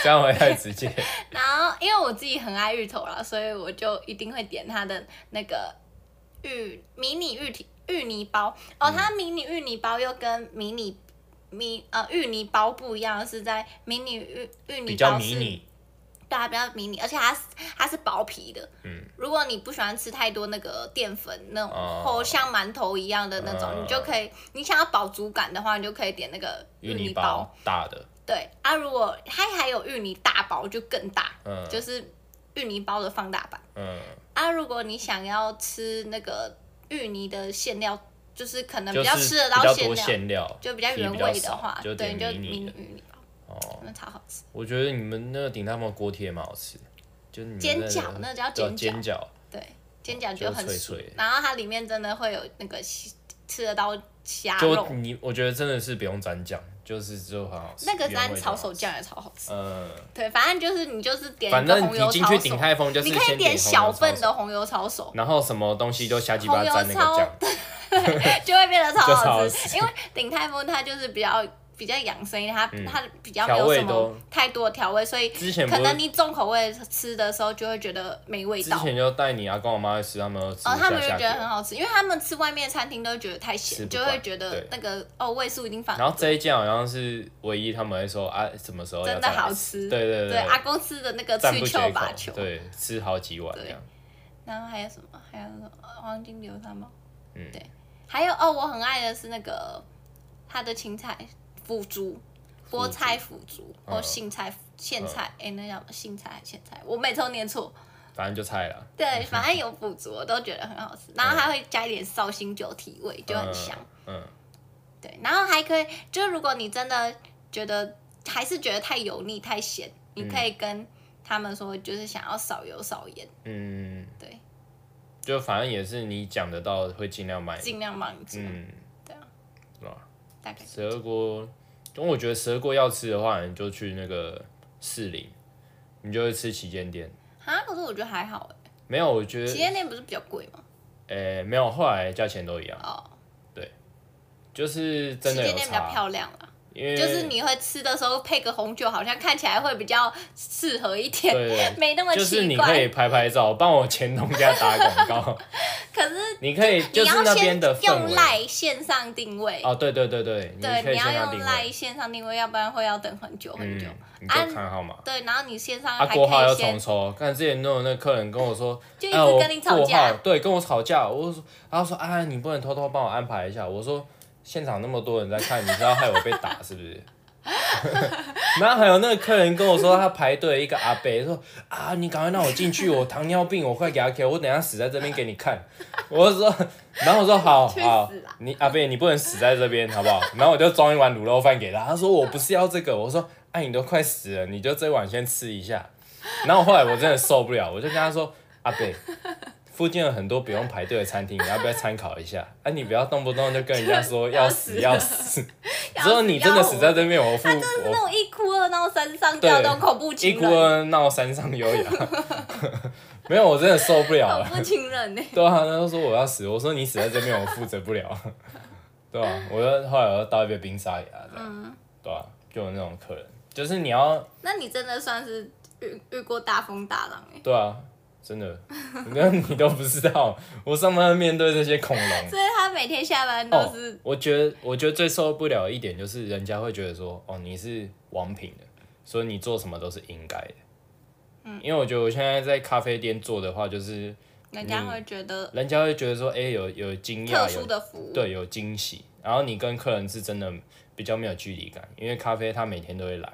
Speaker 1: 这样会太直接。
Speaker 2: 然后因为我自己很爱芋头啦，所以我就一定会点它的那个芋迷你芋体芋泥包。
Speaker 1: 嗯
Speaker 2: 哦，它迷你芋泥包又跟迷你迷呃芋泥包不一样，是在迷你芋
Speaker 1: 比
Speaker 2: 芋泥
Speaker 1: 较
Speaker 2: 包
Speaker 1: 迷
Speaker 2: 是
Speaker 1: 你，
Speaker 2: 对啊，比较迷你，而且它是它是薄皮的。
Speaker 1: 嗯，
Speaker 2: 如果你不喜欢吃太多那个淀粉那种
Speaker 1: 哦
Speaker 2: 厚、像馒头一样的那种，
Speaker 1: 嗯
Speaker 2: 你就可以，你想要饱足感的话，你就可以点那个
Speaker 1: 芋
Speaker 2: 芋
Speaker 1: 泥
Speaker 2: 泥
Speaker 1: 包大的，
Speaker 2: 对啊，如果它还有芋泥大包就更大，
Speaker 1: 嗯
Speaker 2: 就是芋泥包的放大版。
Speaker 1: 嗯，
Speaker 2: 啊，如果你想要吃那个芋泥的馅料，就是可能
Speaker 1: 就
Speaker 2: 比较吃
Speaker 1: 是
Speaker 2: 得
Speaker 1: 比
Speaker 2: 到
Speaker 1: 较
Speaker 2: 馅
Speaker 1: 多
Speaker 2: 料，
Speaker 1: 馅料，
Speaker 2: 就比较
Speaker 1: 皮
Speaker 2: 原
Speaker 1: 比
Speaker 2: 味的
Speaker 1: 少
Speaker 2: 话，
Speaker 1: 就
Speaker 2: 对，
Speaker 1: 点
Speaker 2: 你就
Speaker 1: 迷你
Speaker 2: 迷你
Speaker 1: 的。
Speaker 2: 芋泥包，
Speaker 1: 哦，
Speaker 2: 真的超好吃。
Speaker 1: 我觉得你们那个鼎泰丰的锅贴也蛮好吃的，就是你们
Speaker 2: 煎
Speaker 1: 那个
Speaker 2: 饺那叫
Speaker 1: 对啊
Speaker 2: 煎
Speaker 1: 煎饺，
Speaker 2: 对，煎饺
Speaker 1: 就
Speaker 2: 很
Speaker 1: 脆
Speaker 2: 酥
Speaker 1: 脆
Speaker 2: 然后它里面真的会有那个虾吃得到虾啊肉
Speaker 1: 就，你我觉得真的是不用沾酱，就是就很好吃。
Speaker 2: 那个
Speaker 1: 原
Speaker 2: 沾
Speaker 1: 味就
Speaker 2: 炒
Speaker 1: 好
Speaker 2: 手
Speaker 1: 吃，
Speaker 2: 酱也超好吃。
Speaker 1: 嗯，
Speaker 2: 对，反正就是你就是点
Speaker 1: 反
Speaker 2: 一个
Speaker 1: 正
Speaker 2: 红
Speaker 1: 你
Speaker 2: 油
Speaker 1: 进去
Speaker 2: 抄
Speaker 1: 鼎
Speaker 2: 手，
Speaker 1: 泰丰就是
Speaker 2: 你可以
Speaker 1: 先
Speaker 2: 点
Speaker 1: 红油
Speaker 2: 小
Speaker 1: 抄
Speaker 2: 份
Speaker 1: 手
Speaker 2: 的红油抄手，
Speaker 1: 然后什么东西都瞎鸡巴沾那个
Speaker 2: 红油
Speaker 1: 酱，
Speaker 2: 就会变得超
Speaker 1: 就超
Speaker 2: 好
Speaker 1: 好
Speaker 2: 吃。
Speaker 1: 吃
Speaker 2: 因为鼎泰丰它就是比较比较养生一点，它、它比较没
Speaker 1: 嗯调
Speaker 2: 有
Speaker 1: 味
Speaker 2: 什么
Speaker 1: 都
Speaker 2: 太多的调味，所以
Speaker 1: 之前不
Speaker 2: 可
Speaker 1: 是
Speaker 2: 能你重口味吃的时候就会觉得没味
Speaker 1: 之
Speaker 2: 道。
Speaker 1: 前就带你阿公我妈去吃，他们都吃
Speaker 2: 哦，
Speaker 1: 不
Speaker 2: 他们
Speaker 1: 下
Speaker 2: 就
Speaker 1: 下
Speaker 2: 觉得很
Speaker 1: 去。
Speaker 2: 好吃，因为他们吃外面的餐厅都觉得太
Speaker 1: 吃
Speaker 2: 咸，
Speaker 1: 不
Speaker 2: 就
Speaker 1: 惯
Speaker 2: 会觉得
Speaker 1: 对
Speaker 2: 那个哦味素已经反。
Speaker 1: 然后这一件好像是唯一他们会说啊什么时候要
Speaker 2: 真的
Speaker 1: 再来
Speaker 2: 好
Speaker 1: 吃
Speaker 2: 吃
Speaker 1: 对对
Speaker 2: 对阿公吃的那个
Speaker 1: 赞
Speaker 2: 脆
Speaker 1: 不
Speaker 2: 球
Speaker 1: 绝口
Speaker 2: 把，球，
Speaker 1: 对，吃好几碗
Speaker 2: 对
Speaker 1: 这样。
Speaker 2: 然后还有什么？还有什么黄金流沙包，
Speaker 1: 嗯
Speaker 2: 对，还有哦，我很爱的是那个它的青菜腐竹、菠菜腐竹
Speaker 1: 嗯
Speaker 2: 或杏菜、苋菜，哎、那叫什么杏菜还是苋菜？我每次都念错。
Speaker 1: 反正就菜了。
Speaker 2: 对，反正有腐竹我都觉得很好吃，然后还会加一点绍兴酒提味，就很香。
Speaker 1: 嗯，
Speaker 2: 对，然后还可以，就如果你真的觉得还是觉得太油腻、太咸，你可
Speaker 1: 嗯
Speaker 2: 以跟他们说，就是想要少油少盐，
Speaker 1: 嗯嗯，
Speaker 2: 对，
Speaker 1: 就反正也是你讲得到，会尽量买。
Speaker 2: 尽量帮你做，
Speaker 1: 哎嗯，
Speaker 2: 对啊，
Speaker 1: 啊，
Speaker 2: 大概
Speaker 1: 十二锅，因为我觉得十二锅要吃的话，你就去那个士林，你就会吃旗舰店。
Speaker 2: 啊，可是我觉得还好哎，
Speaker 1: 没有，我觉
Speaker 2: 旗
Speaker 1: 得，
Speaker 2: 舰店不是比较贵吗？
Speaker 1: 诶、没有，后来价钱都一样，
Speaker 2: 哦，
Speaker 1: 就是
Speaker 2: 旗
Speaker 1: 真的有
Speaker 2: 舰店比较
Speaker 1: 差，
Speaker 2: 漂亮啦，
Speaker 1: 因为
Speaker 2: 就是你会吃的时候配个红酒，好像看起来会比较适合一
Speaker 1: 对
Speaker 2: 点，
Speaker 1: 对对
Speaker 2: 没 *laughs* 那么
Speaker 1: 就是
Speaker 2: 奇
Speaker 1: 你可以拍
Speaker 2: 怪。
Speaker 1: 拍照，帮我前东家打广
Speaker 2: *laughs*
Speaker 1: 告，
Speaker 2: 可是
Speaker 1: 你可以
Speaker 2: 你
Speaker 1: 就是
Speaker 2: 要
Speaker 1: 那
Speaker 2: 先
Speaker 1: 边的氛
Speaker 2: 用
Speaker 1: 围。
Speaker 2: 赖线上定位，
Speaker 1: 哦，对对对对，你
Speaker 2: 对，
Speaker 1: 可以
Speaker 2: 你
Speaker 1: 先
Speaker 2: 要
Speaker 1: 拿
Speaker 2: 用
Speaker 1: 定
Speaker 2: 赖
Speaker 1: 位，
Speaker 2: 线上定位，要不然会要等很久很久。
Speaker 1: 嗯，你
Speaker 2: 啊
Speaker 1: 就看号码。
Speaker 2: 对，然后你线上
Speaker 1: 啊，
Speaker 2: 还可
Speaker 1: 国号要
Speaker 2: 以
Speaker 1: 重
Speaker 2: 先，
Speaker 1: 抽。看之前那种那客人跟我说，
Speaker 2: 就一
Speaker 1: 哎我
Speaker 2: 直跟你吵
Speaker 1: 国号
Speaker 2: 架，
Speaker 1: 对，跟我吵架。我就说，他说啊，你不能偷偷帮我安排一下。我说现场那么多人在看，你知道害我被打是不是？ *laughs* 然后还有那个客人跟我说，他排队一个阿伯说啊，你赶快让我进去，我糖尿病，我快给他开，我等下死在这边给你看。 *laughs* 我就说，然后我说好
Speaker 2: 去
Speaker 1: 好
Speaker 2: 死啊，
Speaker 1: 你阿贝你不能死在这边好不好？然后我就装一碗卤肉饭给他，他说我不是要这个，我说哎、你都快死了，你就这碗先吃一下。然后后来我真的受不了，我就跟他说阿贝，啊附近有很多不用排队的餐厅，你要不要参考一下？哎、你不要动不动就跟人家说要死 *laughs* 要死，
Speaker 2: 要
Speaker 1: 之后你真的死在
Speaker 2: 要
Speaker 1: 这边，我付
Speaker 2: 就是
Speaker 1: 我
Speaker 2: 那种一哭二闹三上
Speaker 1: 对
Speaker 2: 吊那种恐怖
Speaker 1: 一
Speaker 2: 情
Speaker 1: 哭
Speaker 2: 人，
Speaker 1: 二闹三上优雅， *laughs* 没有，我真的受不了
Speaker 2: 恐
Speaker 1: 了。
Speaker 2: 怖情人欸呢。
Speaker 1: 对啊，他就说我要死，我说你死在这边，我负责不了。 *laughs* 对啊，我就后来我就倒一杯冰沙给他，这样，对啊，就有那种客人，就是你要，
Speaker 2: 那你真的算是遇遇过大风大浪哎、
Speaker 1: 对啊，真的， *laughs* 那你都不知道，我上班面对这些恐龙。
Speaker 2: 所以他每天下班
Speaker 1: 哦
Speaker 2: 都是、，
Speaker 1: 我觉得我觉得最受不了一点就是人家会觉得说，哦，你是王品的，所以你做什么都是应该的。嗯，因为我觉得我现在在咖啡店做的话，就是
Speaker 2: 人家会觉得
Speaker 1: 人家会觉得说，哎、有有惊嗯
Speaker 2: 特
Speaker 1: 讶，有
Speaker 2: 殊的服务，
Speaker 1: 对，有惊喜。然后你跟客人是真的比较没有距离感，因为咖啡他每天都会来。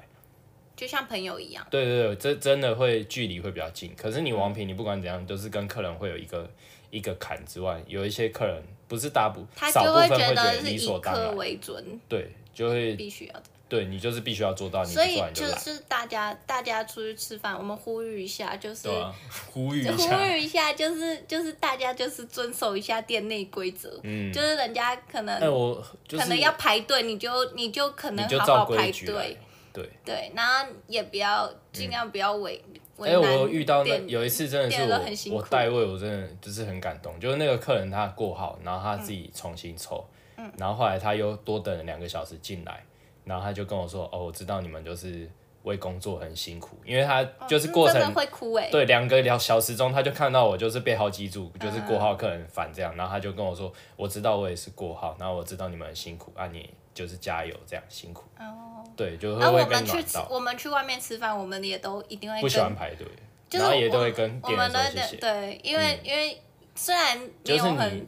Speaker 2: 就像朋友一样。
Speaker 1: 对对对，这真的会距离会比较近。可是你王品，你不管怎样，都是跟客人会有一个一个坎之外，有一些客人不是大部
Speaker 2: 他就
Speaker 1: 少部分
Speaker 2: 觉
Speaker 1: 会觉
Speaker 2: 得
Speaker 1: 得
Speaker 2: 是
Speaker 1: 理
Speaker 2: 以
Speaker 1: 所当
Speaker 2: 客
Speaker 1: 然，
Speaker 2: 为准，
Speaker 1: 对，就会
Speaker 2: 必须要的。
Speaker 1: 对你就是必须要做到，你不
Speaker 2: 所以
Speaker 1: 做完
Speaker 2: 就
Speaker 1: 来，
Speaker 2: 是大家大家出去吃饭，我们呼吁一下，就是、
Speaker 1: 对啊，呼吁一
Speaker 2: 呼
Speaker 1: 下，
Speaker 2: 吁一下，就是就是大家就是遵守一下店内规则，
Speaker 1: 嗯，
Speaker 2: 就是人家可能、
Speaker 1: 哎，我就是
Speaker 2: 可能要排队，你就你就可
Speaker 1: 你
Speaker 2: 能
Speaker 1: 就
Speaker 2: 好
Speaker 1: 照
Speaker 2: 好排
Speaker 1: 规矩来
Speaker 2: 队，，
Speaker 1: 对，
Speaker 2: 对，然后也不要尽量不要为为
Speaker 1: 哎、
Speaker 2: 难。
Speaker 1: 我遇到那
Speaker 2: 点
Speaker 1: 有一次真的
Speaker 2: 点了很
Speaker 1: 是
Speaker 2: 辛
Speaker 1: 我
Speaker 2: 苦
Speaker 1: 我代位，我真的就是很感动，就是那个客人他过号，然后他自己重新抽，
Speaker 2: 嗯
Speaker 1: 然后后来他又多等了两个小时进来，然后他就跟我说：“哦，我知道你们就是为工作很辛苦，因为他就是
Speaker 2: 嗯
Speaker 1: 过
Speaker 2: 真
Speaker 1: 程、
Speaker 2: 的会哭哎、
Speaker 1: 对，两个聊小时中，他就看到我就是被好几组，就是
Speaker 2: 嗯
Speaker 1: 过号客人烦这样，然后他就跟我说，我知道我也是过号，然后我知道你们很辛苦，啊，你就是加油这样辛苦，
Speaker 2: 哦，
Speaker 1: 对，就会
Speaker 2: 啊，我
Speaker 1: 会被
Speaker 2: 们去
Speaker 1: 暖
Speaker 2: 吃，
Speaker 1: 到，
Speaker 2: 我们去外面吃饭，我们也都一定会
Speaker 1: 不
Speaker 2: 跟，
Speaker 1: 喜欢排队，
Speaker 2: 就是
Speaker 1: 然后也
Speaker 2: 我
Speaker 1: 都会跟
Speaker 2: 我
Speaker 1: 店员
Speaker 2: 们都
Speaker 1: 说
Speaker 2: 会
Speaker 1: 谢谢，嗯
Speaker 2: 对，因为、因为虽然没
Speaker 1: 就
Speaker 2: 有
Speaker 1: 是
Speaker 2: 很，
Speaker 1: 你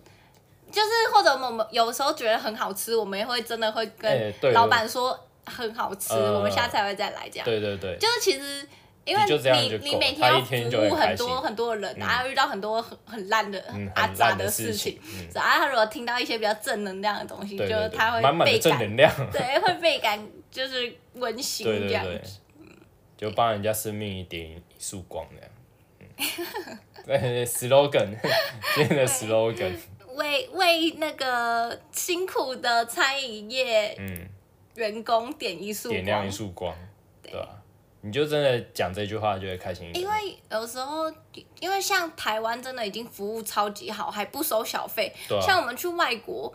Speaker 2: 就是或者我们有时候觉得很好吃，我们也会真的会
Speaker 1: 哎
Speaker 2: 跟
Speaker 1: 对
Speaker 2: 老板说很好吃，
Speaker 1: 呃
Speaker 2: 我们下次还会再来这样。
Speaker 1: 对对对，
Speaker 2: 就是其实。因
Speaker 1: 你
Speaker 2: 为
Speaker 1: 就这样
Speaker 2: 你
Speaker 1: 就
Speaker 2: 你
Speaker 1: 够了
Speaker 2: 每天
Speaker 1: 他
Speaker 2: 要
Speaker 1: 一
Speaker 2: 服
Speaker 1: 天就
Speaker 2: 务
Speaker 1: 会
Speaker 2: 很
Speaker 1: 开
Speaker 2: 多
Speaker 1: 心
Speaker 2: 很多人，然后遇到很多很很烂的、
Speaker 1: 嗯，
Speaker 2: 阿
Speaker 1: 很
Speaker 2: 杂
Speaker 1: 烂的
Speaker 2: 事
Speaker 1: 情
Speaker 2: 情。，
Speaker 1: 嗯，
Speaker 2: 啊，他如果听到一些比较正能量的东西，
Speaker 1: 对对
Speaker 2: 就他
Speaker 1: 对，
Speaker 2: 会
Speaker 1: 满满的
Speaker 2: 倍
Speaker 1: 正
Speaker 2: 感，
Speaker 1: 能量， *laughs*
Speaker 2: 对，会倍感就是温馨
Speaker 1: 对
Speaker 2: 这
Speaker 1: 对
Speaker 2: 样
Speaker 1: 对，就帮人家生命一点一束光这样。嗯 *laughs* 对，slogan，今 *laughs* 天的 slogan，
Speaker 2: 为为那个辛苦的餐饮业
Speaker 1: 嗯，
Speaker 2: 员工点一束
Speaker 1: 点亮
Speaker 2: 光
Speaker 1: 一，束光，对吧、你就真的讲这句话就会开心一点
Speaker 2: 因。为有时候，因为像台湾真的已经服务超级好，还不收小费。
Speaker 1: 对啊
Speaker 2: 像我们去外国，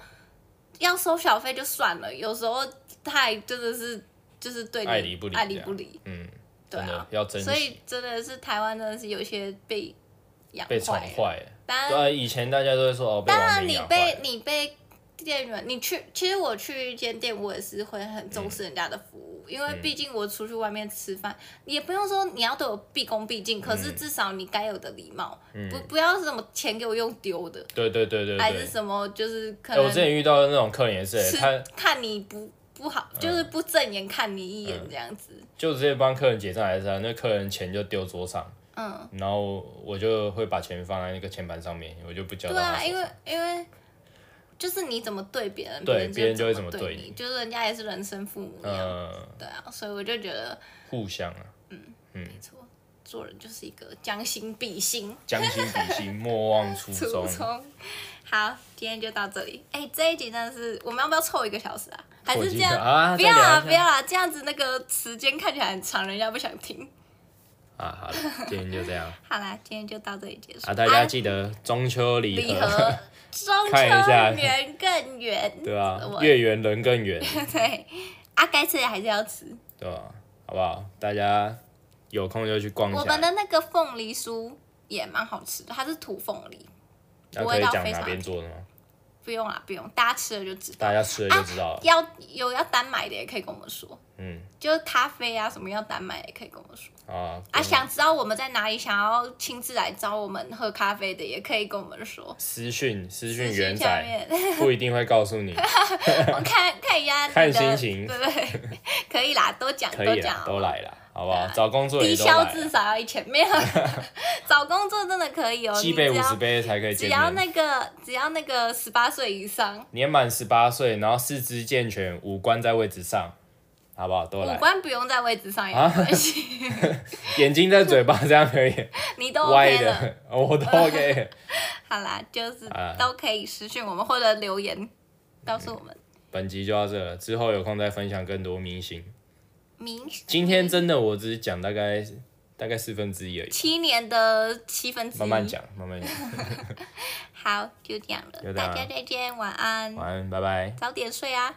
Speaker 2: 要收小费就算了，有时候太真的是就是对你
Speaker 1: 爱理不理
Speaker 2: 爱理
Speaker 1: 这样
Speaker 2: 不理，
Speaker 1: 嗯，
Speaker 2: 对
Speaker 1: 真
Speaker 2: 啊
Speaker 1: 的，要珍
Speaker 2: 所以
Speaker 1: 惜，
Speaker 2: 真的是台湾真的是有一些被养
Speaker 1: 被宠
Speaker 2: 坏了，
Speaker 1: 坏了。
Speaker 2: 当然
Speaker 1: 对啊，以前大家都会说哦，被
Speaker 2: 当
Speaker 1: 王
Speaker 2: 然，
Speaker 1: 明
Speaker 2: 你
Speaker 1: 养坏
Speaker 2: 被
Speaker 1: 了。
Speaker 2: 你被店员，你去，其实我去一间店，我也是会很重
Speaker 1: 嗯
Speaker 2: 视人家的服务，因为毕竟我出去外面吃饭，也不用说你要对我毕恭毕敬，可是
Speaker 1: 嗯
Speaker 2: 至少你该有的礼貌，不不要是什么钱给我用丢的，
Speaker 1: 对对嗯对对
Speaker 2: 还
Speaker 1: 对
Speaker 2: 是。什么就是可
Speaker 1: 哎，我之
Speaker 2: 能
Speaker 1: 前遇到的那种客人也是、
Speaker 2: 吃
Speaker 1: 他
Speaker 2: 看你不不好，就是不正眼看你一眼
Speaker 1: 嗯
Speaker 2: 这样子，
Speaker 1: 就直接帮客人结账还是啥，那客人钱就丢桌上，
Speaker 2: 嗯，
Speaker 1: 然后我就会把钱放在那个钱盘上面，我就不交到
Speaker 2: 对
Speaker 1: 他
Speaker 2: 啊，
Speaker 1: 手
Speaker 2: 因为
Speaker 1: 上。
Speaker 2: 因为。就是你怎么对别人，
Speaker 1: 对别人
Speaker 2: 就
Speaker 1: 就会
Speaker 2: 怎么
Speaker 1: 怎么对
Speaker 2: 你，
Speaker 1: 你
Speaker 2: 就是人家也是人生父母一样，
Speaker 1: 呃，
Speaker 2: 对啊，所以我就觉得
Speaker 1: 互相啊，
Speaker 2: 没错，做人就是一个将心比心，
Speaker 1: 将心比心，莫忘初
Speaker 2: *laughs* 初
Speaker 1: 衷。
Speaker 2: 衷。好，今天就到这里。哎、这一集真的是，我们要不要凑一个小时啊？还
Speaker 1: 我已
Speaker 2: 是
Speaker 1: 经
Speaker 2: 这样？
Speaker 1: 啊
Speaker 2: 不
Speaker 1: 再
Speaker 2: 要
Speaker 1: 聊
Speaker 2: 啦，
Speaker 1: 一下
Speaker 2: 不要啦，这样子那个时间看起来很长，人家不想听。
Speaker 1: 啊，好了，今天就这样
Speaker 2: 好啦，今天就到这里结束。
Speaker 1: 啊，大家记得中秋礼 *laughs*
Speaker 2: 离合中秋
Speaker 1: 看一下
Speaker 2: 圆更圆，
Speaker 1: 对啊
Speaker 2: 我，
Speaker 1: 月圆人更圆，
Speaker 2: *laughs* 对，啊，该吃的还是要吃。
Speaker 1: 对吧、好不好？大家有空就去逛一
Speaker 2: 我
Speaker 1: 下
Speaker 2: 们，的那个凤梨酥也蛮好吃的，它是土凤梨，
Speaker 1: 那
Speaker 2: 不
Speaker 1: 可
Speaker 2: 会
Speaker 1: 以
Speaker 2: 到
Speaker 1: 讲
Speaker 2: 非
Speaker 1: 哪
Speaker 2: 常
Speaker 1: 边做的吗？
Speaker 2: 不用啦，不用，大家吃了就知道。
Speaker 1: 大家吃了就知道了。
Speaker 2: 要有要单买的也可以跟我们说，
Speaker 1: 嗯，
Speaker 2: 就是咖啡啊什么要单买也可以跟我们说。
Speaker 1: 好啊，
Speaker 2: 啊，想知道我们在哪里，想要亲自来找我们喝咖啡的，也可以跟我们说。
Speaker 1: 私讯私
Speaker 2: 私
Speaker 1: 讯
Speaker 2: 信
Speaker 1: 元
Speaker 2: 下
Speaker 1: 仔
Speaker 2: 面，
Speaker 1: 不一定会告诉你，
Speaker 2: 我
Speaker 1: *laughs*
Speaker 2: 看看一下你的
Speaker 1: 看心情
Speaker 2: 对不对？可以啦，多讲
Speaker 1: 可以
Speaker 2: 讲
Speaker 1: 啦，
Speaker 2: 好不好，
Speaker 1: 都来啦，好不好？找工作
Speaker 2: 低
Speaker 1: 也都
Speaker 2: 消
Speaker 1: 来
Speaker 2: 至
Speaker 1: 啦，
Speaker 2: 少要一千，没有 *laughs* 找工作真的可以哦，
Speaker 1: 七
Speaker 2: 你
Speaker 1: 杯
Speaker 2: 只
Speaker 1: 五十
Speaker 2: 要
Speaker 1: 杯才可以
Speaker 2: 只
Speaker 1: 见
Speaker 2: 要
Speaker 1: 面。
Speaker 2: 那个只要那个十八岁以上，
Speaker 1: 年满十八岁，然后四肢健全，五官在位置上，好不好？啊都
Speaker 2: 五
Speaker 1: 来，
Speaker 2: 官不用在位置上也没关系， *laughs*
Speaker 1: 眼睛在嘴巴这样可以，
Speaker 2: 你都
Speaker 1: 歪
Speaker 2: 哦 OK 了。
Speaker 1: 的，我都 OK。
Speaker 2: 好啦，就是
Speaker 1: 啊
Speaker 2: 都可以私讯我们或者留言告诉我们。
Speaker 1: 本集就到这了，之后有空再分享更多明星。
Speaker 2: 明
Speaker 1: 今天真的我只是讲大概大概四分之一而已，
Speaker 2: 七年的七分之一，
Speaker 1: 慢慢。讲，慢慢讲。
Speaker 2: 好，就这样了，
Speaker 1: 就这样
Speaker 2: 大家再见，晚安，
Speaker 1: 晚安，拜拜。
Speaker 2: 早点睡啊。